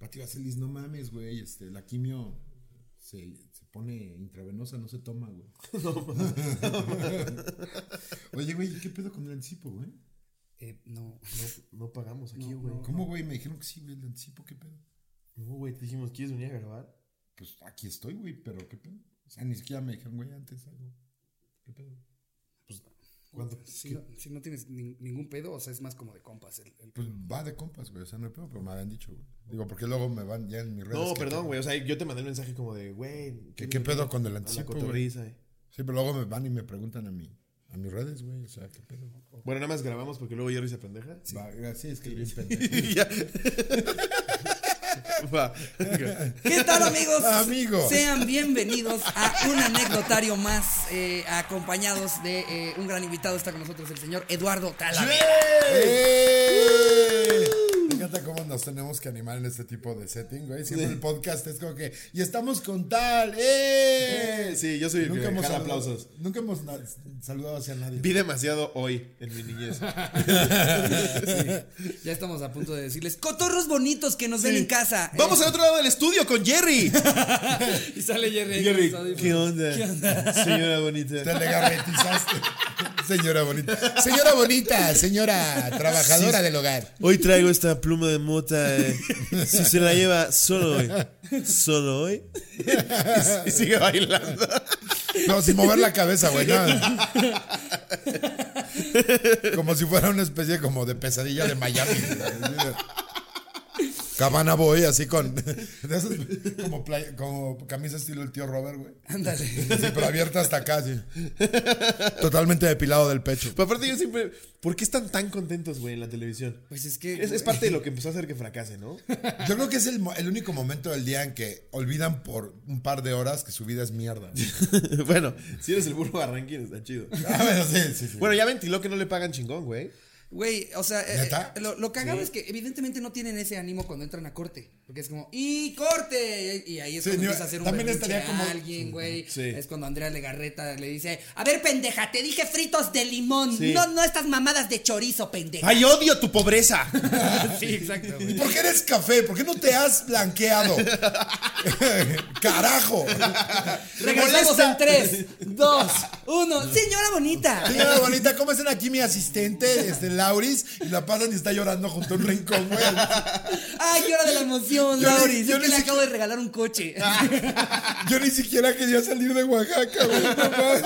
oiga, Celis, no mames, güey, este, la quimio se, se pone intravenosa, no se toma, güey. Oye, güey, ¿qué pedo con el anticipo, güey? Eh, no. No, no pagamos aquí, No, güey. no. ¿Cómo, güey? Me dijeron que sí, güey, el anticipo, ¿qué pedo? No, güey, te dijimos, ¿quieres venir a grabar? Pues aquí estoy, güey, pero ¿qué pedo? O sea, ni siquiera me dijeron, güey, antes algo. ¿Qué pedo? ¿Cuánto? Si, no, si no tienes nin- ningún pedo, o sea, es más como de compas. El, el- Pues va de compas, güey, o sea, no hay pedo, pero me habían dicho, güey. Digo, porque luego me van ya en mis redes. No, que- perdón, güey. O sea, yo te mandé el mensaje como de, güey. ¿Qué- qué pedo con el A la anticipo, cotorriza, eh. Sí, pero luego me van y me preguntan a mí, a mis redes, güey, o sea, ¿qué pedo? Bueno, nada más grabamos porque luego Jerry se pendeja. Va, sí, es que es bien pendejo. Y ya. Va. ¿Qué tal amigos? Amigos. Sean bienvenidos a un anecdotario más, eh, acompañados de eh, un gran invitado. Está con nosotros el señor Eduardo Talavera. ¡Eh! Me encanta cómo nos tenemos que animar en este tipo de setting, güey. Siempre el podcast es como que, y estamos con tal, ¡eh! Eh, sí, yo soy el que jala saludado- aplausos. Nunca hemos na- saludado hacia nadie. Vi demasiado hoy en mi niñez. Ya estamos a punto de decirles, cotorros bonitos que nos ven en casa. ¡Vamos al otro lado del estudio con Jerry! Eh, y sale Jerry. ahí Jerry, con los ¿qué audífonos. onda? Señora bonita. Te le gavetizaste. Señora bonita. Señora bonita, señora trabajadora del hogar. Hoy traigo esta pluma de mota. eh. Si se la lleva solo hoy. Solo hoy. Y sigue bailando. No, sin mover la cabeza, güey. no. Como si fuera una especie como de pesadilla de Miami. Cabana Boy, así con. de esas, como, playa- como camisa estilo el tío Robert, güey. Ándale. Sí, pero abierta hasta acá, sí. Totalmente depilado del pecho. Pero aparte yo siempre... ¿Por qué están tan contentos, güey, en la televisión? Pues es que. Es, es parte de lo que empezó a hacer que fracase, ¿no? Yo creo que es el, mo- el único momento del día en que olvidan por un par de horas que su vida es mierda. bueno, si eres el burro barranquín, está chido. Ah, bueno, sí, sí, sí. Bueno, ya ventiló que no le pagan chingón, güey. Güey, o sea, eh, ¿Neta? eh, lo, lo cagado es que evidentemente no tienen ese ánimo cuando entran a corte. Porque es como, ¡y corte! Y ahí es Sí, cuando ni- empieza a hacer un también berrinche estaría como- a alguien, güey. Sí. Es cuando Andrea Legarreta le dice, a ver, pendeja, te dije fritos de limón. Sí. No, no estas mamadas de chorizo, pendeja. ¡Ay, odio tu pobreza! Ah, sí, exacto, ¿Y güey. por qué eres café? ¿Por qué no te has blanqueado? Carajo. Regresamos en 3, 2, 1. Señora bonita. Señora bonita, ¿cómo están aquí mi asistente, este Lauris? Y la pasan y está llorando junto a un rincón, güey. Ay, llora de la emoción, Yo ni- Lauris. yo Yo ni Ah, que le siquiera- acabo de regalar un coche. Yo ni siquiera quería salir de Oaxaca, güey. no mames.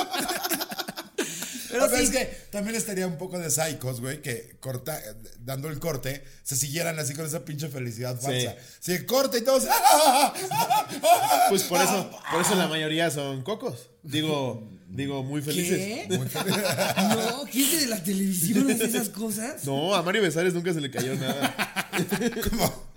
Pero O sea, sí. es que también estaría un poco de psychos, güey, que corta, dando el corte, se siguieran así con esa pinche felicidad falsa. Sí, corte y todos. ¡ah, ah, ah, ah, ah! Pues por eso, por eso la mayoría son cocos. Digo, digo, muy felices. ¿Qué? No, gente de la televisión hace esas cosas. No, a Mario Besares nunca se le cayó nada. Como-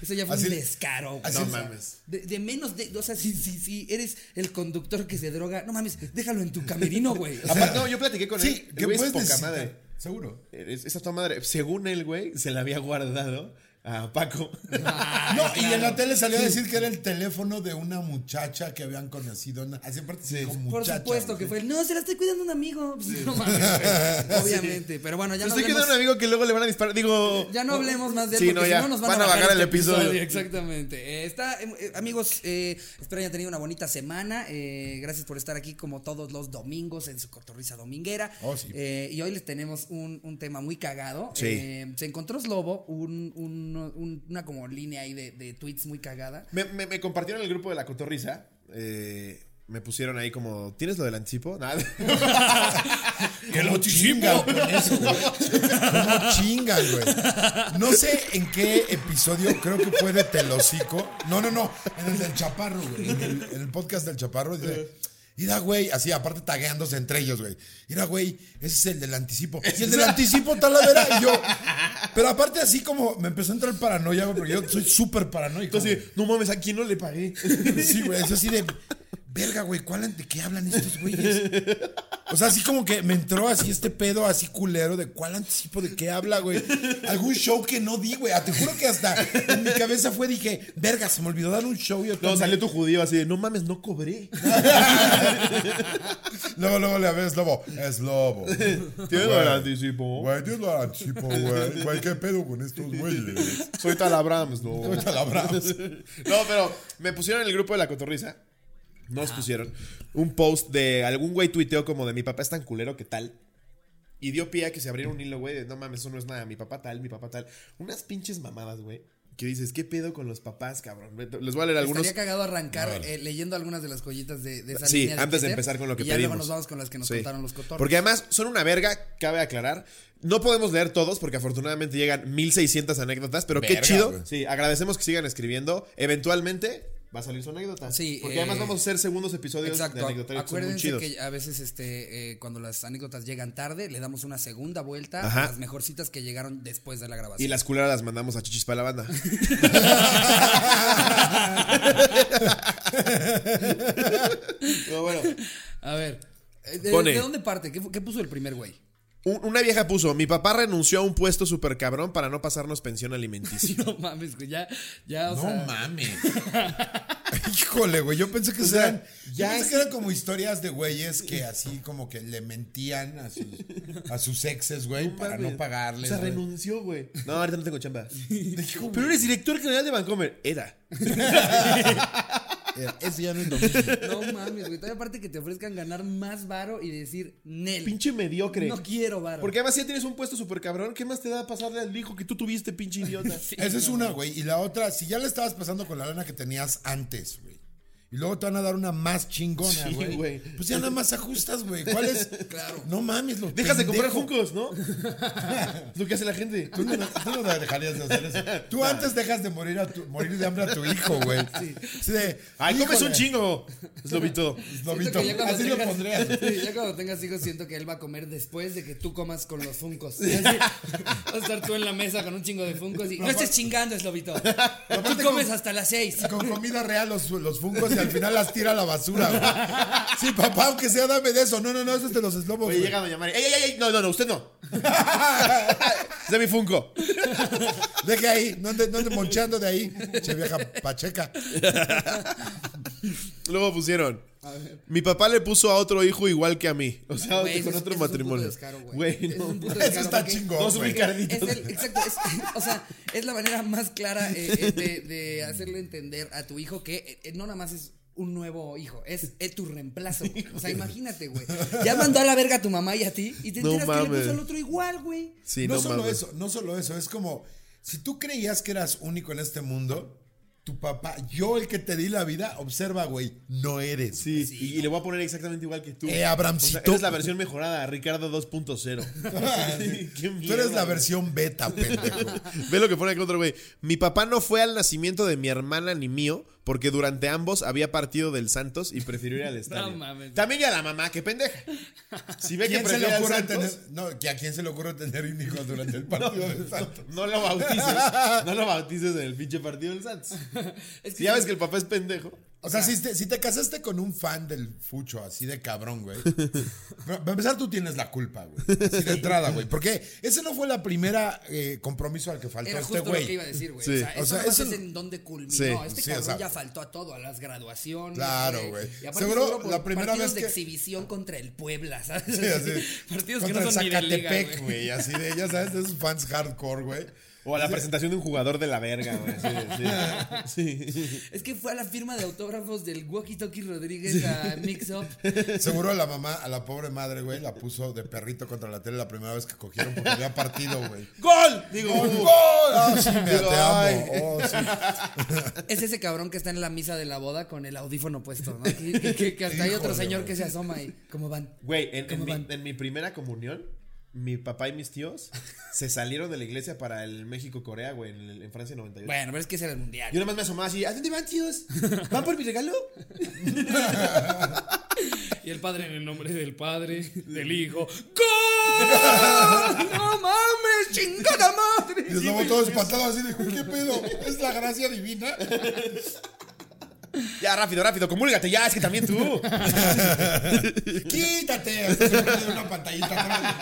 Eso ya fue Así- un descaro. güey. así- No mames. De, de menos de. O sea, si, si, si eres el conductor que se droga, no mames, déjalo en tu camerino, güey. O sea, Aparte, no, yo platiqué con él. Sí, El que güey puedes es poca necesitar, madre. Seguro. Es- Esa toda madre, según él, güey, se la había guardado a Paco. No, y en la tele salió a decir que era el teléfono de una muchacha que habían conocido. en- Así aparte sí. por muchacha. supuesto que fue el. No, se la estoy cuidando a un amigo. Pues, No mames, güey. Obviamente. Pero bueno, ya Me no estoy quedando un hablemos. amigo que luego le van a disparar. Digo. Ya no hablemos más de él, Sí, porque no, si ya. no nos van, a bajar el este episodio. Exactamente. Eh, está, eh, eh, amigos, eh, espero hayan tenido una bonita semana. Eh, gracias por estar aquí como todos los domingos en su cotorriza dominguera. Oh, sí. Eh, y hoy les tenemos un, un tema muy cagado. Sí. Eh, se encontró Slobo, un- un- un- una como línea ahí de, de tweets muy cagada. Me, me, me compartieron el grupo de la cotorriza. eh, me pusieron ahí como, ¿tienes lo del anticipo? Nada. Que lo chingan con eso, güey. ¿Cómo chingan, güey? No sé en qué episodio, creo que fue de Telocico. No, no, no. En el del Chaparro, güey. En el, en el podcast del Chaparro. Dice, Mira, güey, así aparte tagueándose entre ellos, güey. Mira, güey, ese es el del anticipo. Y el del anticipo talavera y yo. Pero aparte así como me empezó a entrar paranoia, güey, porque yo soy súper paranoico. Entonces, no mames, ¿a quién no le pagué? güey. sí, güey, es así de verga, güey, ¿cuál, ¿de qué hablan estos güeyes? O sea, así como que me entró así este pedo así culero de cuál anticipo de qué habla, güey. Algún show que no di, güey. Ah, Te juro que hasta en mi cabeza fue, dije, verga, se me olvidó dar un show. y No, salió tu judío así de, no mames, no cobré. Luego, luego le ves, lobo. Es lobo. Tiene Güey. el anticipo. Güey, yo lo anticipo, güey. Güey, qué pedo con estos güeyes. Soy tal Abrams, no. Soy tal Abrams. no, pero me pusieron en el grupo de la cotorriza. Nos pusieron un post de algún güey tuiteó como de mi papá es tan culero que tal. Y dio pie a que se abriera un hilo, güey, de no mames, eso no es nada, mi papá tal, mi papá tal. Unas pinches mamadas, güey. Que dices, ¿qué pedo con los papás, cabrón? Les voy a leer algunos. Estaría cagado arrancar Vale. eh, leyendo algunas de las joyitas de, de esa Sí, línea antes de Twitter, empezar con lo que y ya luego pedimos. nos vamos con las que nos Sí. contaron los cotorros. Porque además son una verga, cabe aclarar. No podemos leer todos porque afortunadamente llegan 1600 anécdotas, pero qué Verga, chido. güey. Sí, agradecemos que sigan escribiendo. Eventualmente va a salir su anécdota. Sí, porque eh, además vamos a hacer segundos episodios de Exacto. anecdotarios que son muy Acuérdense chidos. que a veces este eh, cuando las anécdotas llegan tarde, le damos una segunda vuelta Ajá. a las mejorcitas que llegaron después de la Y grabación. las culeras las mandamos a chichis para la banda. Pero bueno, A ver, eh, ¿de, Pone. de dónde parte? ¿Qué, fu- qué puso el primer güey? un- una vieja puso: Mi papá renunció a un puesto super cabrón para no pasarnos pensión alimenticia. No mames, güey, ya, ya, o sea, mames. Híjole, güey. Yo pensé que eran. Ya es que eran como historias de güeyes que así como que le mentían a sus, a sus exes, güey, para no pagarles. güey. renunció, güey. No, ahorita no tengo chamba. Pero eres director general de Vancomer. Era. Eh, Eso ya no es lo mismo. no mames, güey. Todavía aparte que te ofrezcan ganar más varo y decir, Nel, Pinche mediocre. no quiero varo. Porque además si ya tienes un puesto super cabrón, ¿qué más te da pasarle al hijo que tú tuviste, pinche idiota? Esa es una, güey. Y la otra, si ya la estabas pasando con la lana que tenías antes, güey. Y luego te van a dar una más chingona, Sí, güey. güey. pues ya nada más ajustas, güey. ¿Cuál es? Claro. No mames, los Dejas de comprar pendejo. juncos, ¿no? Es lo que hace la gente. Tú no, tú no dejarías de hacer eso. Tú antes dejas de morir, a tu- morir de hambre a tu hijo, güey. Sí. de, Ay, comes híjole, un chingo. Es lobito. Siento Lobito, que ya cuando así lo tengas- pondrías. Sí, ya cuando tengas hijos, siento que él va a comer después de que tú comas con los funcos. Así, vas a estar tú en la mesa con un chingo de funcos y. No, estés chingando, Eslobito. Tú aparte comes con- hasta las seis. Con comida real los, los fungos y al final las tira a la basura, güey. Sí, papá, aunque sea, dame de eso. No, no, no, eso es de los eslobos, Oye, güey. llega doña María. ¡Ey, ey, ey! No, no, no, usted no. Es de mi funko. Deje ahí, no ande, no ande monchando de ahí, che vieja pacheca. Luego pusieron. Mi papá le puso a otro hijo igual que a mí. O sea, Güey, eso con es- otro eso es un puto matrimonio. descaro, Güey, Es un no. puto Eso descaro, está porque- chingón. Dos güey. Es ubicarditos. el- exacto, es, o sea, es la manera más clara eh, eh, de, de hacerle entender a tu hijo que eh, eh, no nada más es un nuevo hijo, es, eh, tu reemplazo. güey. O sea, imagínate, güey. Ya mandó a la verga a tu mamá y a ti y te No enteras que le mames. puso al otro igual, güey. Sí, no, no, solo mames. eso, no solo eso, es como si tú creías que eras único en este mundo, tu papá, yo el que te di la vida, observa, güey, no eres. Sí, y- y, le voy a poner exactamente igual que tú. Eh, Abramcito. O sea, eres la versión mejorada, Ricardo 2.0. Qué Tú eres la mierda, versión beta, pendejo. güey. Ve lo que pone aquí otro güey. Mi papá no fue al nacimiento de mi hermana ni mío, porque durante ambos había partido del Santos y prefirió ir al estadio. mames. También ya la mamá, qué pendeja. Si ve que ¿Quién se prefiere le al ocurre Santos, tener, no, que a quién se le ocurre tener un hijo durante el partido del Santos? no lo bautices. No lo bautices en el pinche partido del Santos. Es Si ya ves que el papá es pendejo. O sea, si, te, si te casaste con un fan del fucho, así de cabrón, güey. Pero, Para empezar, tú tienes la culpa, güey. Así de entrada, güey. Porque ese no fue la primera eh, compromiso al que faltó Era este justo lo que güey. iba a decir, güey. Sí. O sea, O eso sea, nomás eso es no- en donde culminó. Sí, este sí, cabrón o sea- ya faltó a todo, a las graduaciones. Claro, güey. güey. Y aparte Seguro por la primera vez partidos de que- exhibición contra el Puebla, ¿sabes? Sí, así. partidos Contra que no el son ni de liga, Zacatepec, güey. güey. Así de, ya sabes, de esos fans hardcore, güey. O a la presentación de un jugador de la verga, güey. así de- sí. Sí. Es que fue a la firma de autógrafos del Walkie Talkie Rodríguez a Mix Up. Seguro a la mamá, a la pobre madre, güey, la puso de perrito contra la tele la primera vez que cogieron porque había partido, güey. ¡Gol! Digo, uh. ¡Oh, sí, mira, Digo, te ay. amo! Oh, sí. Es ese cabrón que está en la misa de la boda con el audífono puesto, ¿no? Que, que- que- que hasta hay otro Híjole, señor güey. que se asoma y. ¿Cómo van? Güey, en, en ¿Cómo mi, van? en mi primera comunión, mi papá y mis tíos se salieron de la iglesia para el México-Corea, güey, en, el- en Francia 98. Bueno, pero es que ese era el mundial. Yo nada más me asomaba así, ¿a dónde van, tíos? ¿Van por mi regalo? Y el padre en el nombre del padre, del hijo. ¡Gol! ¡No mames! Y ¡Chingada madre! luego todo espantado así de, "Güey, ¿qué pedo? ¿Es la gracia divina? Ya, rápido, rápido, comúlgate, ya, es que también tú. ¡Quítate! Hasta se me pone una pantallita atrás.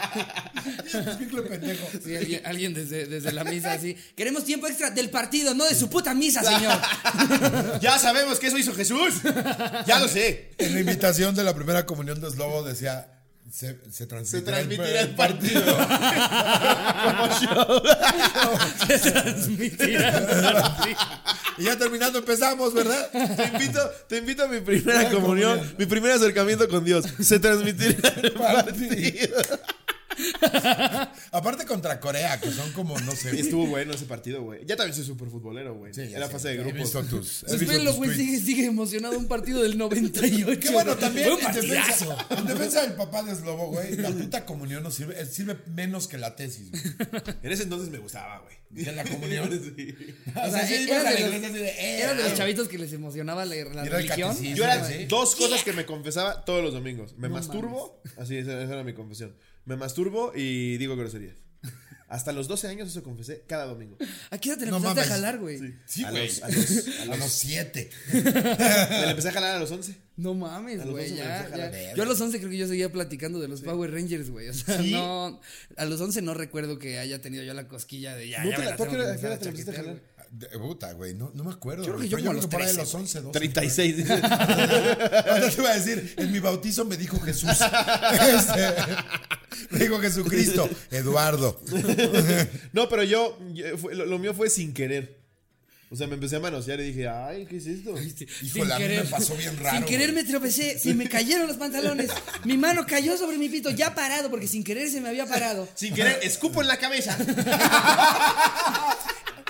Es un club pendejo. Sí, alguien, alguien desde, desde la misa así. Queremos tiempo extra del partido, no de su puta misa, señor. ya sabemos que eso hizo Jesús. Ya lo sé. En la invitación de la primera comunión de Slobo decía. Se, se Se transmitirá, transmitirá el partido. Como show. Se transmitirá. Y ya terminando empezamos, ¿verdad? Te invito, te invito a mi primera comunión, mi primer acercamiento con Dios. Se transmitirá el partido. Aparte contra Corea, que son como, no sé. güey. Estuvo bueno ese partido, güey. Ya también soy súper futbolero, güey. Sí, ya Era sé, fase de he grupos. visto tus- he Pues visto velo, tus güey, tweets. sigue, sigue emocionado un partido del 98. Qué bueno, también Fue un en partidazo. defensa, en defensa del papá de Slobo, güey. La puta comunión no sirve, eh, sirve menos que la tesis, güey. En ese entonces me gustaba, güey. Pues De la comunión. Sí. O O sea, sea, sí ibas era a la de los- iglesia así de, eh, era de los ah, chavitos que les emocionaba la, la Era ¿eh? el religión. catecismo. Yo eran Sí. dos cosas que me confesaba todos los domingos. Me masturbo, así, esa, esa era mi confesión. Me masturbo y digo groserías. Hasta los 12 años eso confesé cada domingo. ¿A qué edad te la No empezaste mames. a jalar, güey? Sí, a, güey. los, a, los, a A los- los siete. Me la empecé a jalar a los 11. No A mames, los güey. 11 me ya, empecé a ya. jalar. Yo a los 11 creo que yo seguía platicando de los Power Rangers, güey. O sea, ¿Sí? no. A los 11 no recuerdo que haya tenido yo la cosquilla de Ah, ya. ¿No ya te me la- las tú a tengo qué que hora- empezar a a qué hora te la chaquetear, empezaste a güey. De- Puta, güey, no, no me acuerdo. Yo creo güey, que yo pero como a los por ahí 13, los 11, 12. 36. Ahora te iba a decir, en mi bautizo me dijo Jesús. Este, me dijo Jesucristo, Eduardo. No, pero yo, yo- fue- lo, lo mío fue sin querer. O sea, me empecé a manosear y dije, ay, ¿qué es esto? Híjole, a mí me pasó bien raro. Sin querer güey. me tropecé, se me cayeron los pantalones. Mi mano cayó sobre mi pito, ya parado, porque sin querer se me había parado. Sin querer, escupo en la cabeza.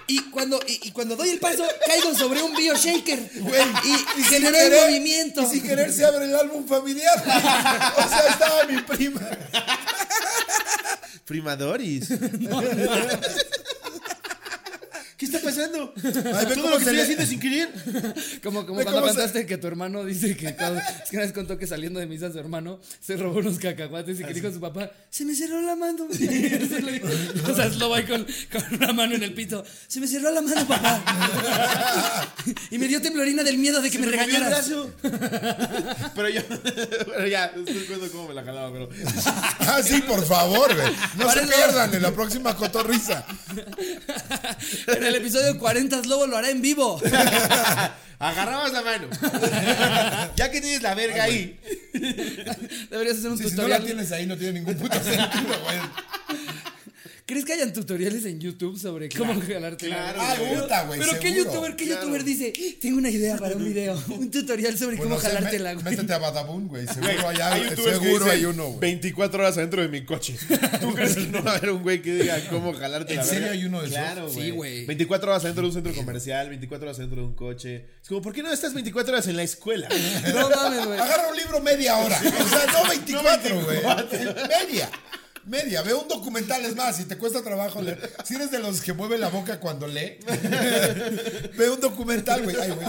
Y cuando, y, y cuando doy el paso, caigo sobre un bio shaker. Güey, y, y sin generó querer- el movimiento. Y sin querer se abre el álbum familiar. O sea, estaba mi prima. Primadoris. ¿Qué está pasando? ve Todo cómo lo que se estoy le- haciendo sin querer. Como, como Ve cuando cómo se- contaste que tu hermano dice que cuando- es que una vez contó que saliendo de misa su hermano se robó unos cacahuates y Ah, que dijo a su papá, se me cerró la mano. Eso le dijo. o sea, es lo va con, con una mano en el pito. Se me cerró la mano, papá. y me dio temblorina del miedo de que me Me movió el regañaras. brazo. Pero yo. Pero ya, después cuento cómo me la jalaba, pero. Ah, sí, por favor, güey. No se Para eso- pierdan en la próxima cotorriza. En el episodio 40 Lobo lo hará en vivo. Agarrabas la mano. Ya que tienes la verga ahí. Deberías hacer un Sí, si no la tutorial. Ah, tienes ahí, no tiene ningún puto sentido, güey. ¿Crees que hayan tutoriales en YouTube sobre cómo jalarte la claro, verga? Ay, puta, güey. Pero qué seguro. youtuber, qué Claro. youtuber dice, "Eh, tengo una idea para un video, un tutorial sobre Bueno, cómo o sea, jalártela, mé- güey. Métete a Badabun, güey. Seguro hay, Hay algo- youtubers que seguro dicen, hay uno, güey. 24 horas adentro de mi coche. ¿Tú crees que no va a haber un güey que diga cómo jalarte ¿En la verga? serio hay uno de esos? Claro, Sí, güey. 24 horas adentro de un centro comercial, 24 horas adentro de un coche. Es como, ¿por qué no estás 24 horas en la escuela? No mames, güey. Agarra un libro media hora. O sea, no 24, güey. media. Media. Ve un documental, es más, si te cuesta trabajo leer. Si eres de los que mueve la boca cuando lee, ve un documental, güey. Ay, güey.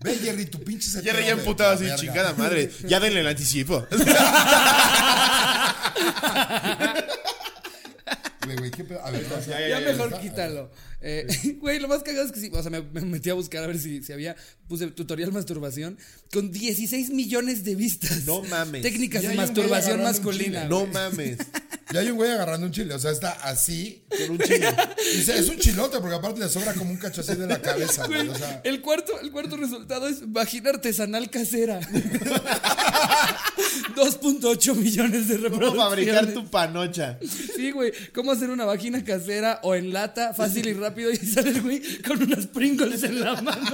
Ve, Jerry, tu pinche se Jerry te ya va de emputado la así, verga. chingada madre. Ya denle el anticipo. Güey, güey, qué pedo. A ver, vamos a- Ya, Ya mejor está. quítalo. Eh, Güey, lo más cagado es que sí. O sea, me, me metí a buscar a ver si, si había. Puse tutorial masturbación con 16 millones de vistas. No mames. Técnicas Ya de hay un masturbación güey agarrando un masculina. No güey. mames. Ya hay un güey agarrando un chile. O sea, está así. Con un chingo. Y se- es un chilote, porque aparte le sobra como un cacho así de la cabeza, güey. Güey, O sea, el, cuarto, el cuarto resultado es vagina artesanal casera. 2.8 millones de ¿Cómo reproducciones. fabricar tu panocha? Sí, güey. ¿Cómo hacer una vagina casera o en lata fácil y rápido? Y sale el güey con unas Pringles en la mano.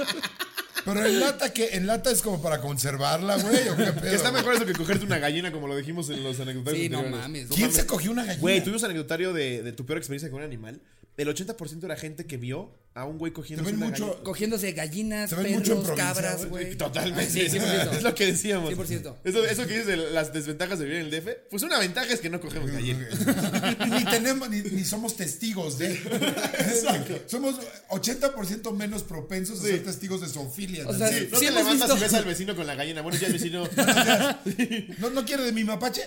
pero en lata, que en lata es como para conservarla, güey. ¿o qué pedo, Que está güey? mejor eso que cogerte una gallina, como lo dijimos en los anecdotarios. Sí, no anteriores. mames. ¿Quién se cogió una gallina? Güey, tuvimos anecdotario de, de tu peor experiencia con un animal. El 80% era gente que vio a un güey cogiendo. ven una mucho- gallina. Cogiéndose gallinas, Se ven mucho en perros, provincia, cabras, güey. güey. Totalmente. Ah, sí, 100%. Es lo que decíamos. 100%. Eso, eso que dices de las desventajas de vivir en el DF. Pues una ventaja es que no cogemos gallinas. ni tenemos, ni, ni somos testigos de. Somos 80% menos propensos a ser testigos de zoofilia. O sea, Sí. No Sí, te hemos levantas visto. y ves al vecino con la gallina. Bueno, ya vecino. ¿No, ¿No quiere de mi mapache?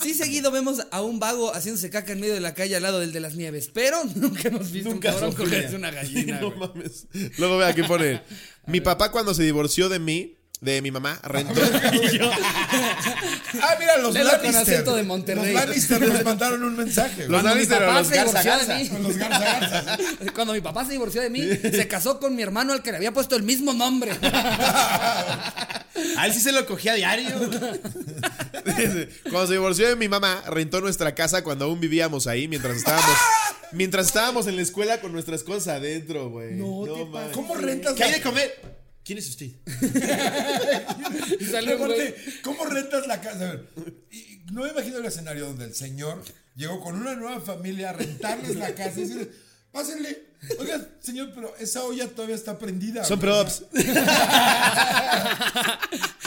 Sí, seguido vemos a un vago haciéndose caca en medio de la calle al lado del de las nieves. Pero nunca hemos visto Nunca un cabrón Sofía. cogerse una gallina, Sí, no güey. mames. Luego ve aquí pone. Mi papá cuando se divorció de mí, de mi mamá, rentó. Ah, mira, los Lelo con Lannister. acento de Los Monterrey. Lannister nos mandaron un mensaje. Los güey. Cuando mi Lannister o papá los se Garza divorció Garza. de mí. Los Garza Garzas. Cuando mi papá se divorció de mí, se casó con mi hermano al que le había puesto el mismo nombre. A él sí se lo cogía a diario. Dice, cuando se divorció de mi mamá, rentó nuestra casa cuando aún vivíamos ahí, mientras estábamos. Mientras estábamos en la escuela con nuestras cosas adentro, güey. No te mames. pases. ¿Cómo rentas ¿Qué hay de la comer? ¿Quién es usted? Y sale un güey. Aparte, ¿Cómo rentas la casa? A ver, y- no me imagino el escenario donde el señor llegó con una nueva familia a rentarles la casa y decirles, pásenle. Oiga, señor, pero esa olla todavía está prendida. Son güey". props.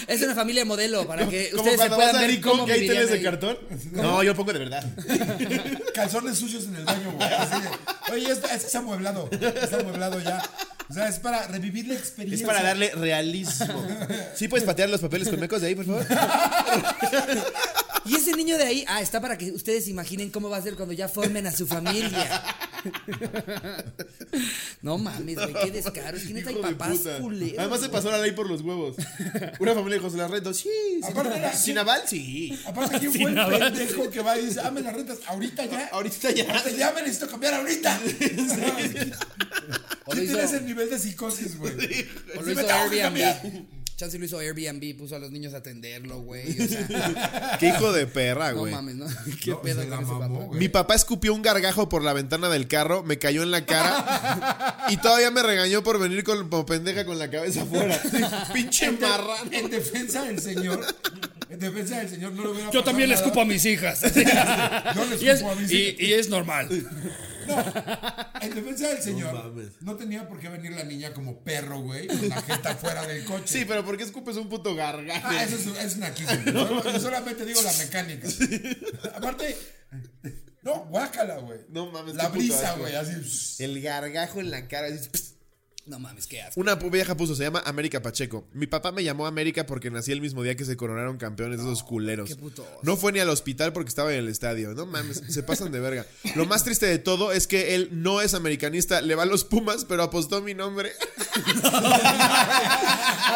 Es una familia modelo para que Como ustedes se cuando puedan vas a ver Rico cómo que hay vivirían teles de ahí. cartón. No, yo pongo de verdad. Calzones sucios en el baño, güey. Así de, Oye, esto- es que está amueblado. Está amueblado ya. O sea, es para revivir la Es experiencia. para darle realismo. ¿Sí puedes patear los papeles con mecos de ahí, por favor? Y ese niño de ahí, ah, está para que ustedes imaginen cómo va a ser cuando ya formen a su familia. No mames, güey, qué descaro. Es que neta hay Hijo de papás puta. culeros. Además se güey. pasó la ley por los huevos. Una familia de José Larredo, sí. Sin, Aparte era- sin aval, sí. Aparte, ¿quién fue el pendejo que va y dice, ah, me las rentas ahorita ya? Ahorita ya. Ahorita ya me necesito cambiar ahorita. O lo ¿Quién hizo- tiene ese nivel de psicosis, güey? O Sí lo me hizo tengo que cambiar. Airbnb. Chance lo hizo Airbnb, puso a los niños a atenderlo, güey. O sea, Qué hijo de perra, no güey. mames, ¿no? Qué No, pedo se la con ese mamó, papá. güey. Mi papá escupió un gargajo por la ventana del carro, me cayó en la cara y todavía me regañó por venir con como pendeja con la cabeza afuera. Pinche En de- marrano. En defensa del señor. En defensa del señor no lo hubiera Yo pasado también le nada. escupo a mis hijas. Yo le y, es, escupo a mis y- y es normal. En defensa del señor. mames. No tenía por qué venir la niña como perro, güey, con la jeta fuera del coche. Sí, pero ¿por qué escupes un puto gargajo? Ah, eso es, es una quiso. Yo, yo solamente digo la mecánica. Aparte, no, guácala, güey. No mames, La qué puto brisa, asco. güey, así. El gargajo en la cara. dices, "Psst". No mames, qué asco. Una pu- vieja puso, se llama América Pacheco. Mi papá me llamó América porque nací el mismo día que se coronaron campeones de esos culeros. qué puto oso. no fue ni al hospital porque estaba en el estadio. No mames, se pasan de verga. Lo más triste de todo es que él no es americanista, le va a los Pumas, pero apostó mi nombre.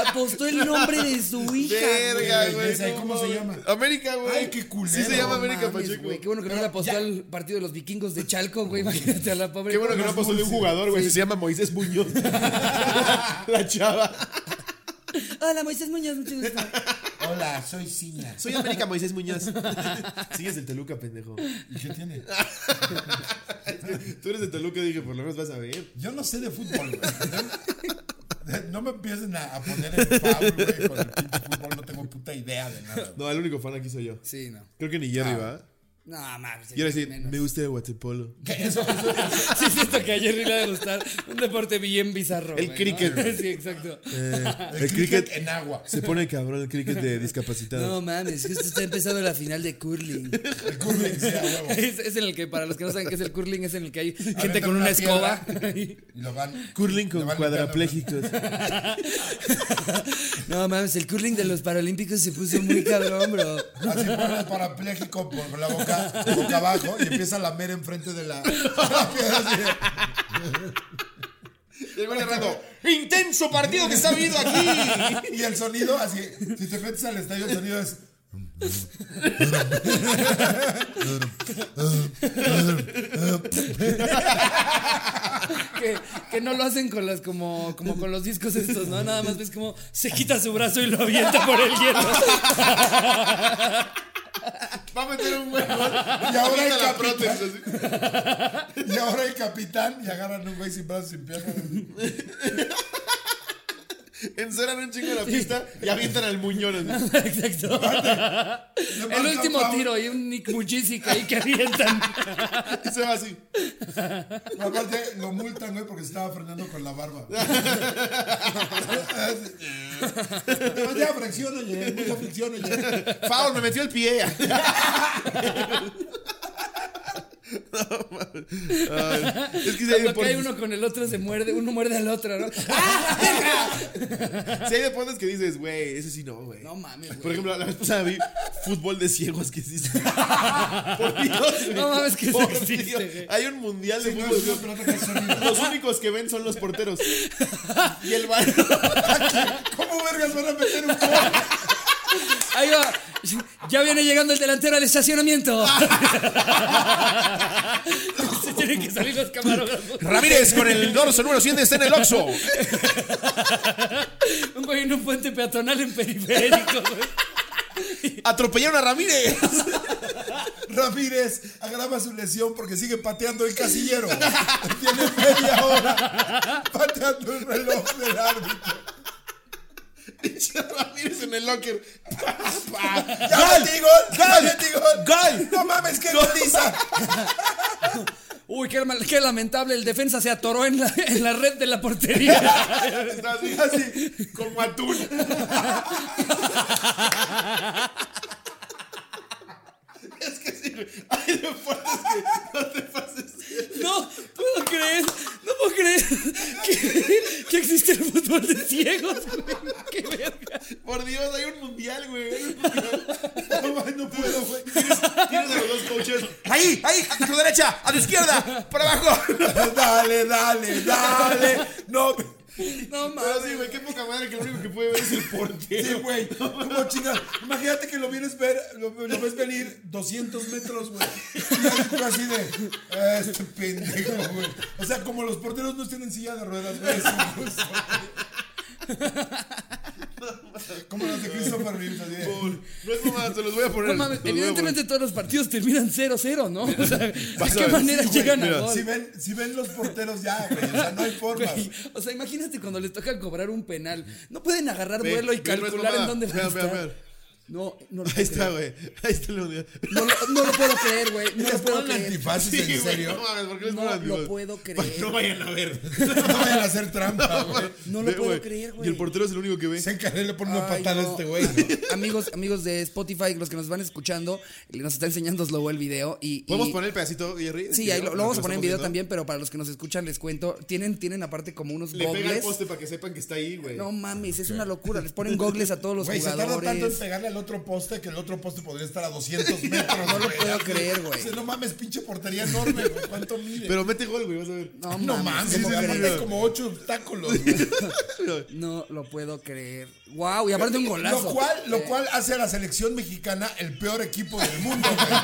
Apostó el nombre de su hija. güey. Verga, güey. Ese, ¿cómo no se mames. llama? América, güey. Ay, qué culero. Sí se llama No América mames, Pacheco. güey, Qué bueno que no le apostó al partido de los vikingos de Chalco, güey. Imagínate a la pobre. Qué bueno que no pasó de un jugador, güey. Se llama Moisés Muñoz. la chava. Hola, Moisés Muñoz, mucho gusto. Hola, soy Ciña. Soy América Moisés Muñoz. Sigues del Toluca, pendejo. ¿Y qué tiene? Tú eres de Toluca, dije, por lo menos vas a ver. Yo no sé de fútbol, güey. No me empiecen a, a poner en foul, güey, con el pinche fútbol. No tengo puta idea de nada. No, el único fan aquí soy yo. Sí, no. Creo Ah, que ni Jerry va. No mames. Y ahora sí, menos. me gusta el waterpolo. Que Eso, eso, eso. Sí, siento que a Jerry le ha de gustar un deporte bien bizarro. El güey, ¿no? cricket. Sí, exacto. El, cricket, en agua. Se pone cabrón el cricket de discapacitados. No mames, justo está empezando la final de curling. El curling, sí, a Oh. huevo. Es, es en el que, para los que no saben qué es el curling, es en el que hay gente Aventan con una, piedra escoba. Y lo van. Curling le con van cuadrapléjicos. No mames, el curling de los Paralímpicos se puso muy cabrón, bro. Así pone el parapléjico por la boca, boca abajo y empieza a lamer enfrente de la, la piedra. así de- Llegó el rato. ¡Intenso partido que está viviendo aquí! Y el sonido, así, si te metes al estadio, el sonido es. Que, que no lo hacen con las, como, como con los discos estos, ¿no? Nada más ves como se quita su brazo y lo avienta por el hielo. Va a meter un buen gol. Y ahora el Avienta la capitán. prótesis, así. Y ahora el capitán y agarran un güey sin brazos, sin piernas. Encerran un chingo la pista y avientan al muñón. así. Exacto. Le El marcan último foul, tiro y un Nick Mujicic ahí que avientan. Y se va así. Aparte, lo multan, güey, porque se estaba frenando con la barba. Pues ya, fricción, oye. Mucha fricción, oye. Foul, me metió el pie. Ay, es que si hay, Cuando deportes, cae uno con el otro se muerde, uno muerde al otro, ¿no? ¡Ah, la verga! si hay deportes que dices, güey, ese sí no, güey. No mames, güey. Por ejemplo, la vez pasada vi fútbol de ciegos que existe. Por Dios, güey. No mames, que eso Por existe, Dios. güey. Hay un mundial de Sí, no, fútbol. es una pelota que sonido. Los únicos que ven son los porteros. Y el bar. ¿Cómo vergas van a meter un gol? Ahí va. Ya viene llegando el delantero al estacionamiento. se tienen que salir los camarógrafos. Ramírez con el dorso número 7 está en el Oxxo. Un güey en un puente peatonal en periférico, güey. Atropellaron a Ramírez. Ramírez agrava su lesión porque sigue pateando el casillero. Tiene media hora pateando el reloj del árbitro. Ramírez en el locker. ¡Ya metí gol! ¡Ya metí gol! ¡Gol! ¡No mames, qué goliza! Uy, qué, mal- qué lamentable. El defensa se atoró en la, en la red de la portería. Está así, así, como atún. Es que sí, güey. hay deportes que no te pases. No puedo creer, no puedo creer que, que existe el fútbol de ciegos, güey. Qué verga. Por Dios, hay un mundial, güey. Hay un mundial. No, mames, no puedo, güey. Tienes a los dos coaches. ¡Ahí! ¡Ahí! ¡A tu derecha! ¡A tu izquierda! ¡Para abajo! ¡Dale, dale, dale! ¡No! No Pero sí, mames. güey, qué poca madre que lo único que puede ver es el portero. Sí, güey. ¿Cómo chingas? Imagínate que lo vienes ver, lo, lo ves venir 200 metros, güey. Y tú así de, "Ah, este pendejo, güey. O sea, como los porteros no tienen silla de ruedas, güey. es injusto, güey. Como los de Christopher Reeves, así de, No es mamada, se los voy a poner. No mames, Se los voy a evidentemente todos los partidos terminan 0-0, ¿no? O sea, ¿de vas a qué ver, manera sí, güey, llegan mira, a gol? Si ven, si ven los porteros ya, güey. O sea, no hay forma. Güey, O sea, imagínate cuando les toca cobrar un penal. No pueden agarrar Ve, vuelo y ve, no es calcular en mamada. dónde van a Vean, vean, estar. vean. No, no lo poner. puedo Ahí está, creer. güey. Ahí está el mundial. No lo- no lo puedo creer, güey. No ¿Les lo puedo ponen creer. antifaces, Sí, en güey, serio? No mames, ¿por qué les No ponen lo antibióticos? puedo creer. Para que No vayan a ver. No vayan a hacer trampa, güey. No lo Ve, puedo creer, güey. Y el portero es el único que ve. Se encaré le pone una Ay, patada no. a este güey. ¿no? Amigos, amigos de Spotify, los que nos van escuchando, nos está enseñando luego el video y. y- ¿Podemos poner el pedacito, Jerry? Sí, ahí lo, lo vamos a poner en video Estamos también, pero para los que nos escuchan les cuento, tienen, tienen aparte como unos viendo. Le pega el gogles. poste para que sepan que está ahí, güey. No mames, es una locura. Les ponen gogles a todos los Güey, se tarda tanto en jugadores. pegarle al otro poste que el otro poste podría estar a 200 metros. No lo güey. puedo creer, güey. O sea, no mames, pinche portería enorme, güey. ¿Cuánto mide? Pero mete gol, güey, vas a ver. No, no mames, ¿cómo sí, crees? aparte hay como 8 obstáculos, güey. No lo puedo creer. Wow, y aparte un golazo. Eh, Lo cual, lo cual hace a la selección mexicana el peor equipo del mundo, güey.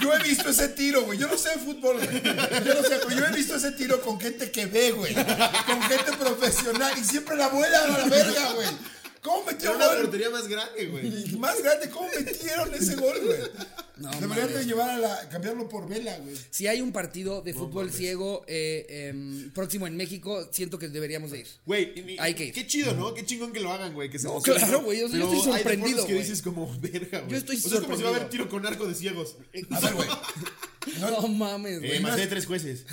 Yo he visto ese tiro, güey. Yo no sé de fútbol, güey. Yo no sé, pero yo he visto ese tiro con gente que ve, güey. Con gente profesional. Y siempre la vuelan a la verga, güey. ¿Cómo metió Era una gol? portería más grande, güey. Y más grande, ¿cómo metieron ese gol, güey? No, Deberían mames. de llevar a la, cambiarlo por vela, güey. Si hay un partido de fútbol ciego eh, em, próximo en México, siento que deberíamos de ir. Güey, y ni- Hay que ir. qué chido, ¿no? Qué chingón que lo hagan, güey. Que se No, emocione. claro, güey, yo- yo Pero estoy Hay sorprendido, deportes que güey. dices como, verga, güey. Yo estoy o sea, es como si va a haber sorprendido. tiro con arco de ciegos. A ver, güey. No mames, Eh, güey. más de tres jueces.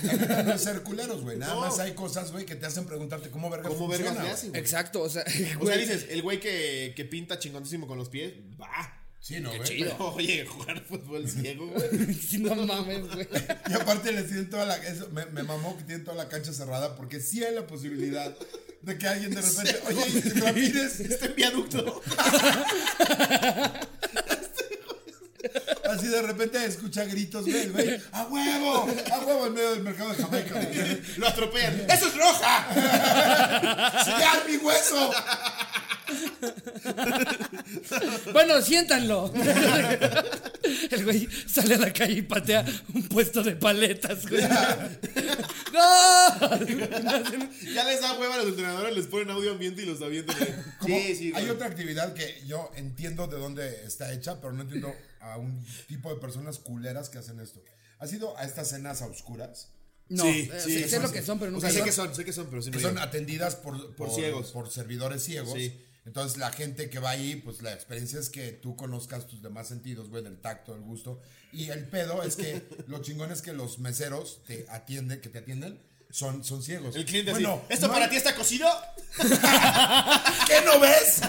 No ser culeros, güey. Nada No. más hay cosas, güey, que te hacen preguntarte cómo verga ¿Cómo funciona, vergas le güey. hacen, güey? Exacto, o sea, O sea, güey, dices, el güey que, que pinta chingonísimo con los pies, va. Sí, no, güey. chido. Oye, jugar fútbol ciego, güey. no mames, güey. Y aparte les tienen toda la... eso- me, me mamó que tienen toda la cancha cerrada porque sí hay la posibilidad de que alguien de repente... Oye, ¿y Ramírez... Está en Este viaducto. Así de repente escucha gritos, güey, güey. ¡A huevo! ¡A huevo! En medio del mercado de Jamaica, güey. Lo atropellan. ¡Eso es roja! ¡Cigar mi hueso! Bueno, siéntanlo. El güey sale a la calle y patea un puesto de paletas, güey. ¡No! Ya les da hueva a los entrenadores, les ponen audio ambiente y los avientan. güey. Como- Sí, sí, hay güey. otra actividad que yo entiendo de dónde está hecha, pero no entiendo a un tipo de personas culeras que hacen esto. ¿Has ido a estas cenas a oscuras? No, Sí, eh, sí, sé, sé sí, lo sí. que son, pero O nunca sea, sé he que ido. son, sé que son, pero sí no Que son llegan. atendidas por, por- ciegos. por servidores ciegos. Sí. Entonces la gente que va ahí, pues la experiencia es que tú conozcas tus demás sentidos, güey, del tacto, del gusto. Y el pedo es que lo chingón es que los meseros te atienden, que te atienden, son, son ciegos. El cliente bueno, así, ¿esto no para hay- ti está cocido? ¿Qué no ves?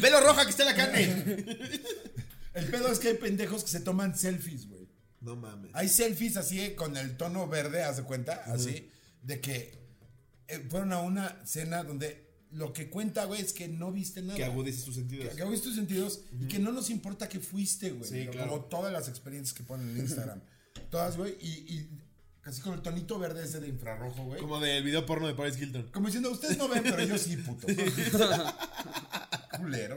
Velo roja que está en la carne. El pedo es que hay pendejos que se toman selfies, güey. No mames. Hay selfies así eh, con el tono verde, haz de cuenta, así, de que eh, fueron a una cena donde lo que cuenta, güey, es que no viste nada. Que agudices tus sentidos. Que agudes tus sentidos y que no nos importa que fuiste, güey. Sí, claro. Como todas las experiencias que ponen en Instagram. todas, güey, y, y casi con el tonito verde ese de infrarrojo, güey. Como del video porno de Paris Hilton. Como diciendo, ustedes no ven, pero yo sí, puto. Culero.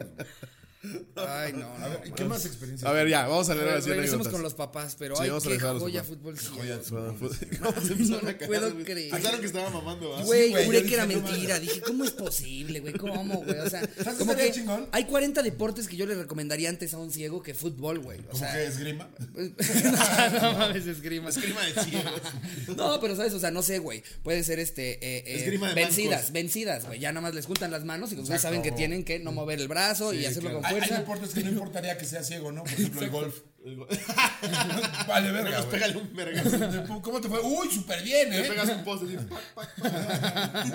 Ay, no, no. A ver, ¿y ¿qué más experiencias? A ver, ya, vamos a leer las siguiente Regresemos anécdotas. con los papás, pero Sí, ay, vamos a qué regresar a los joya papás. fútbol. sí. Bueno, pues, ¿cómo se empezaron No a cagar, puedo güey? creer. Pensaron que estaba mamando. ¿ah? Sí, Güey, güey, juré yo que era dije, no mames. mentira. Dije, ¿cómo es posible, güey? ¿Cómo, güey? O sea, ¿Sabes como qué estaría que chingón? hay 40 deportes que yo le recomendaría antes a un ciego que fútbol, güey. O ¿Cómo sea, que esgrima? no, no mames, esgrima. Esgrima de ciegos. No, pero sabes, o sea, no sé, güey. Puede ser este. eh, eh, Esgrima de vencidas, bancos. vencidas, güey. Ya nada más les juntan las manos y los güeyes Exacto. saben que tienen que no mover el brazo y hacerlo claro. con Hay, hay fuerza. deportes que no importaría que sea ciego, ¿no? Por ejemplo, el golf. Ah, vale, Pero verga, pues güey. pégale un vergazo. Le ¿Cómo te fue? Uy, súper bien, ¿eh? pegas un poste. así, pac, pac, pac.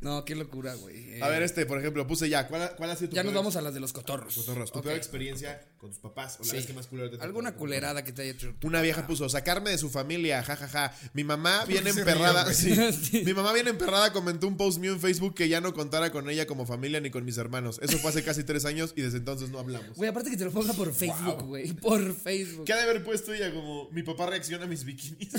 No, qué locura, güey. Eh, A ver, este, por ejemplo, puse ya. ¿Cuál ha, cuál ha sido tu ya nos peor vamos a las de los cotorros. Cotorros, tu Ok. peor experiencia con tus papás o la Sí. vez que más culero te tocó? Alguna culerada que te haya hecho. Una vieja puso, sacarme de su familia, jajaja. Mi mamá qué viene se emperrada. ríen, güey? sí. Sí. Mi mamá bien emperrada comentó un post mío en Facebook que ya no contara con ella como familia ni con mis hermanos. Eso fue hace casi tres años y desde entonces no hablamos. Güey, aparte que te lo ponga por Facebook, güey. Por Facebook. ¿Qué ha de haber puesto ella? Como, mi papá reacciona a mis bikinis.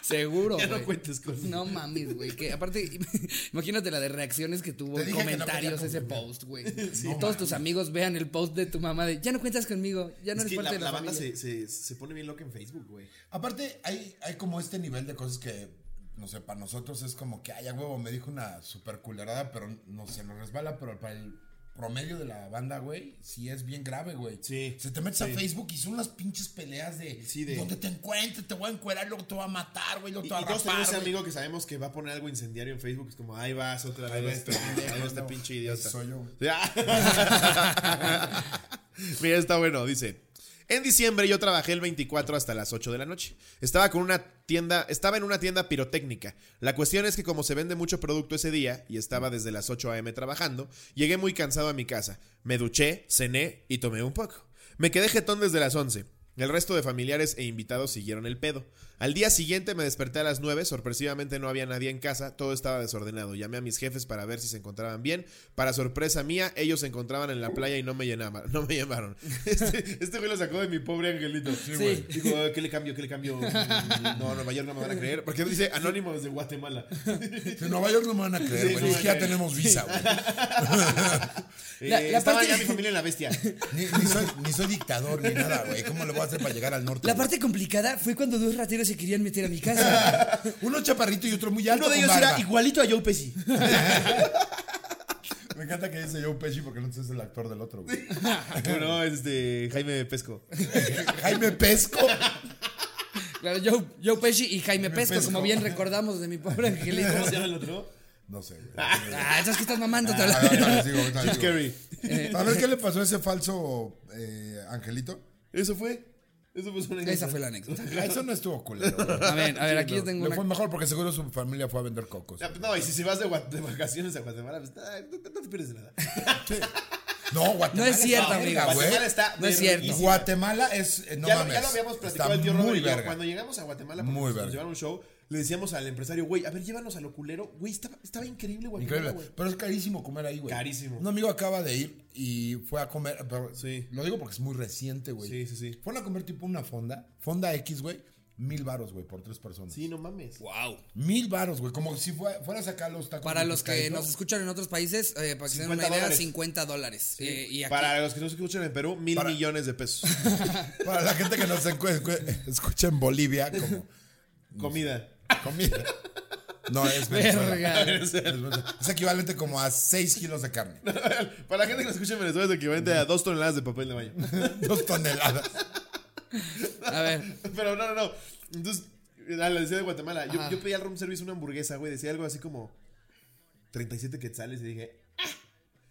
Seguro, ya no güey. cuentes con No mames, güey. Que aparte, imagínate la de reacciones que tuvo, Te dije que no comentarios podía ese comer. post, güey. Y todos tus amigos vean el post de tu mamá de ya no cuentas conmigo, ya no Es eres que parte la, de la, la banda familia". se, se- se pone bien loca en Facebook, güey. Aparte, hay, hay como este nivel de cosas que, no sé, para nosotros es como que, ay, a huevo, me dijo una super culerada, pero no se nos resbala, pero para el promedio de la banda, güey, sí es bien grave, güey. Sí, Se te metes a Facebook y son unas pinches peleas de, Sí, de- donde te encuentres, te voy a encuerar, luego te voy a matar, güey, luego Y, y te voy a todos tenemos rapar, ese güey. amigo que sabemos que va a poner algo incendiario en Facebook. Es como, ahí vas otra vez. Ahí va este este pendejo, ahí va este no. pinche idiota. Soy yo. Ya. Mira, está bueno, dice. En diciembre yo trabajé el 24 hasta las 8 de la noche. Estaba con una tienda, estaba en una tienda pirotécnica. La cuestión es que como se vende mucho producto ese día y estaba desde las 8 a.m. trabajando, llegué muy cansado a mi casa. Me duché, cené y tomé un poco. Me quedé jetón desde las 11. El resto de familiares e invitados siguieron el pedo. Al día siguiente me desperté a las 9, sorpresivamente no había nadie en casa, todo estaba desordenado. Llamé a mis jefes para ver si se encontraban bien. Para sorpresa mía, ellos se encontraban en la playa y no me llenaban, no me llamaron. Este, este güey lo sacó de mi pobre angelito. güey. Dijo, "Ah, ¿qué le cambio? ¿Qué le cambio? No, Nueva York no me van a creer. Porque dice anónimo desde Guatemala. En Nueva York no me van a creer, Sí, güey, no ni me siquiera creen. tenemos visa, güey. Eh, La- la estaba parte- ya mi familia en la bestia. Ni, ni soy, ni soy dictador ni nada, güey. ¿Cómo le voy a hacer para llegar al norte? La güey? parte complicada fue cuando dos rateros se querían meter a mi casa. Uno chaparrito y otro muy alto. Uno de con ellos barba. era igualito a Joe Pesci. Me encanta que dice Joe Pesci porque no es el actor del otro, güey. No, este, Jaime Pesco. Jaime Pesco. claro, Joe, Joe Pesci y Jaime Pesco, Pesco. como bien recordamos de mi pobre angelito. ¿Cómo se llama el otro? No sé, güey. Ah, esas que estás mamando. te Ah, hablo- ahorita les digo, ahorita les Jim digo. Carrey. ¿Sabes qué le pasó a ese falso eh, angelito? Eso fue. Eso fue una Esa fue la anécdota. Ah, Eso no estuvo culero. güey. A ver, a ver, aquí yo tengo Le fue una. mejor porque seguro su familia fue a vender cocos. Ah, pues No, y si se vas de, gua- de vacaciones a Guatemala, pues, ah, no, te- no te pierdes de nada. No, Guatemala. No es está cierto, verga, amigo. Ah, güey. Guatemala está. No es verga. Y cierto. Guatemala es. eh, No ya, lo- mames. ya lo habíamos platicado está el tío muy Robert y yo. verga. Cuando llegamos a Guatemala, Muy muy verga. nos llevaron un show, le decíamos al empresario, güey, a ver, llévanos a lo culero. Güey, estaba, estaba increíble Guatemala, Increíble. güey. Pero es carísimo comer ahí, güey. Carísimo. Un amigo acaba de ir y fue a comer. pero Sí. Lo digo porque es muy reciente, güey. Sí, sí, sí. Fueron a comer tipo una fonda. Fonda X, güey. Mil varos, güey, por tres personas. Sí, no mames. Wow. Mil varos, güey. Como si fue- fueras acá los tacos. Para de los que pescadito. nos escuchan en otros países, eh, para que se den 50 una idea, dólares. 50 dólares. Eh, y aquí- Para los que no se escuchan en Perú, mil Para- millones de pesos. Para la gente que nos encu- encu- escucha en Bolivia, como Comida. comida. No, es Venezuela. Verga. Es, Venezuela. Es equivalente como a 6 kilos de carne. Para la gente que nos escucha en Venezuela, es equivalente a dos toneladas de papel de baño. Dos toneladas. A ver. Pero no, no, no. Entonces, ah, le decía de Guatemala. Yo, Ajá. yo pedí al room service una hamburguesa, güey. Decía algo así como 37 quetzales y dije. "Ah".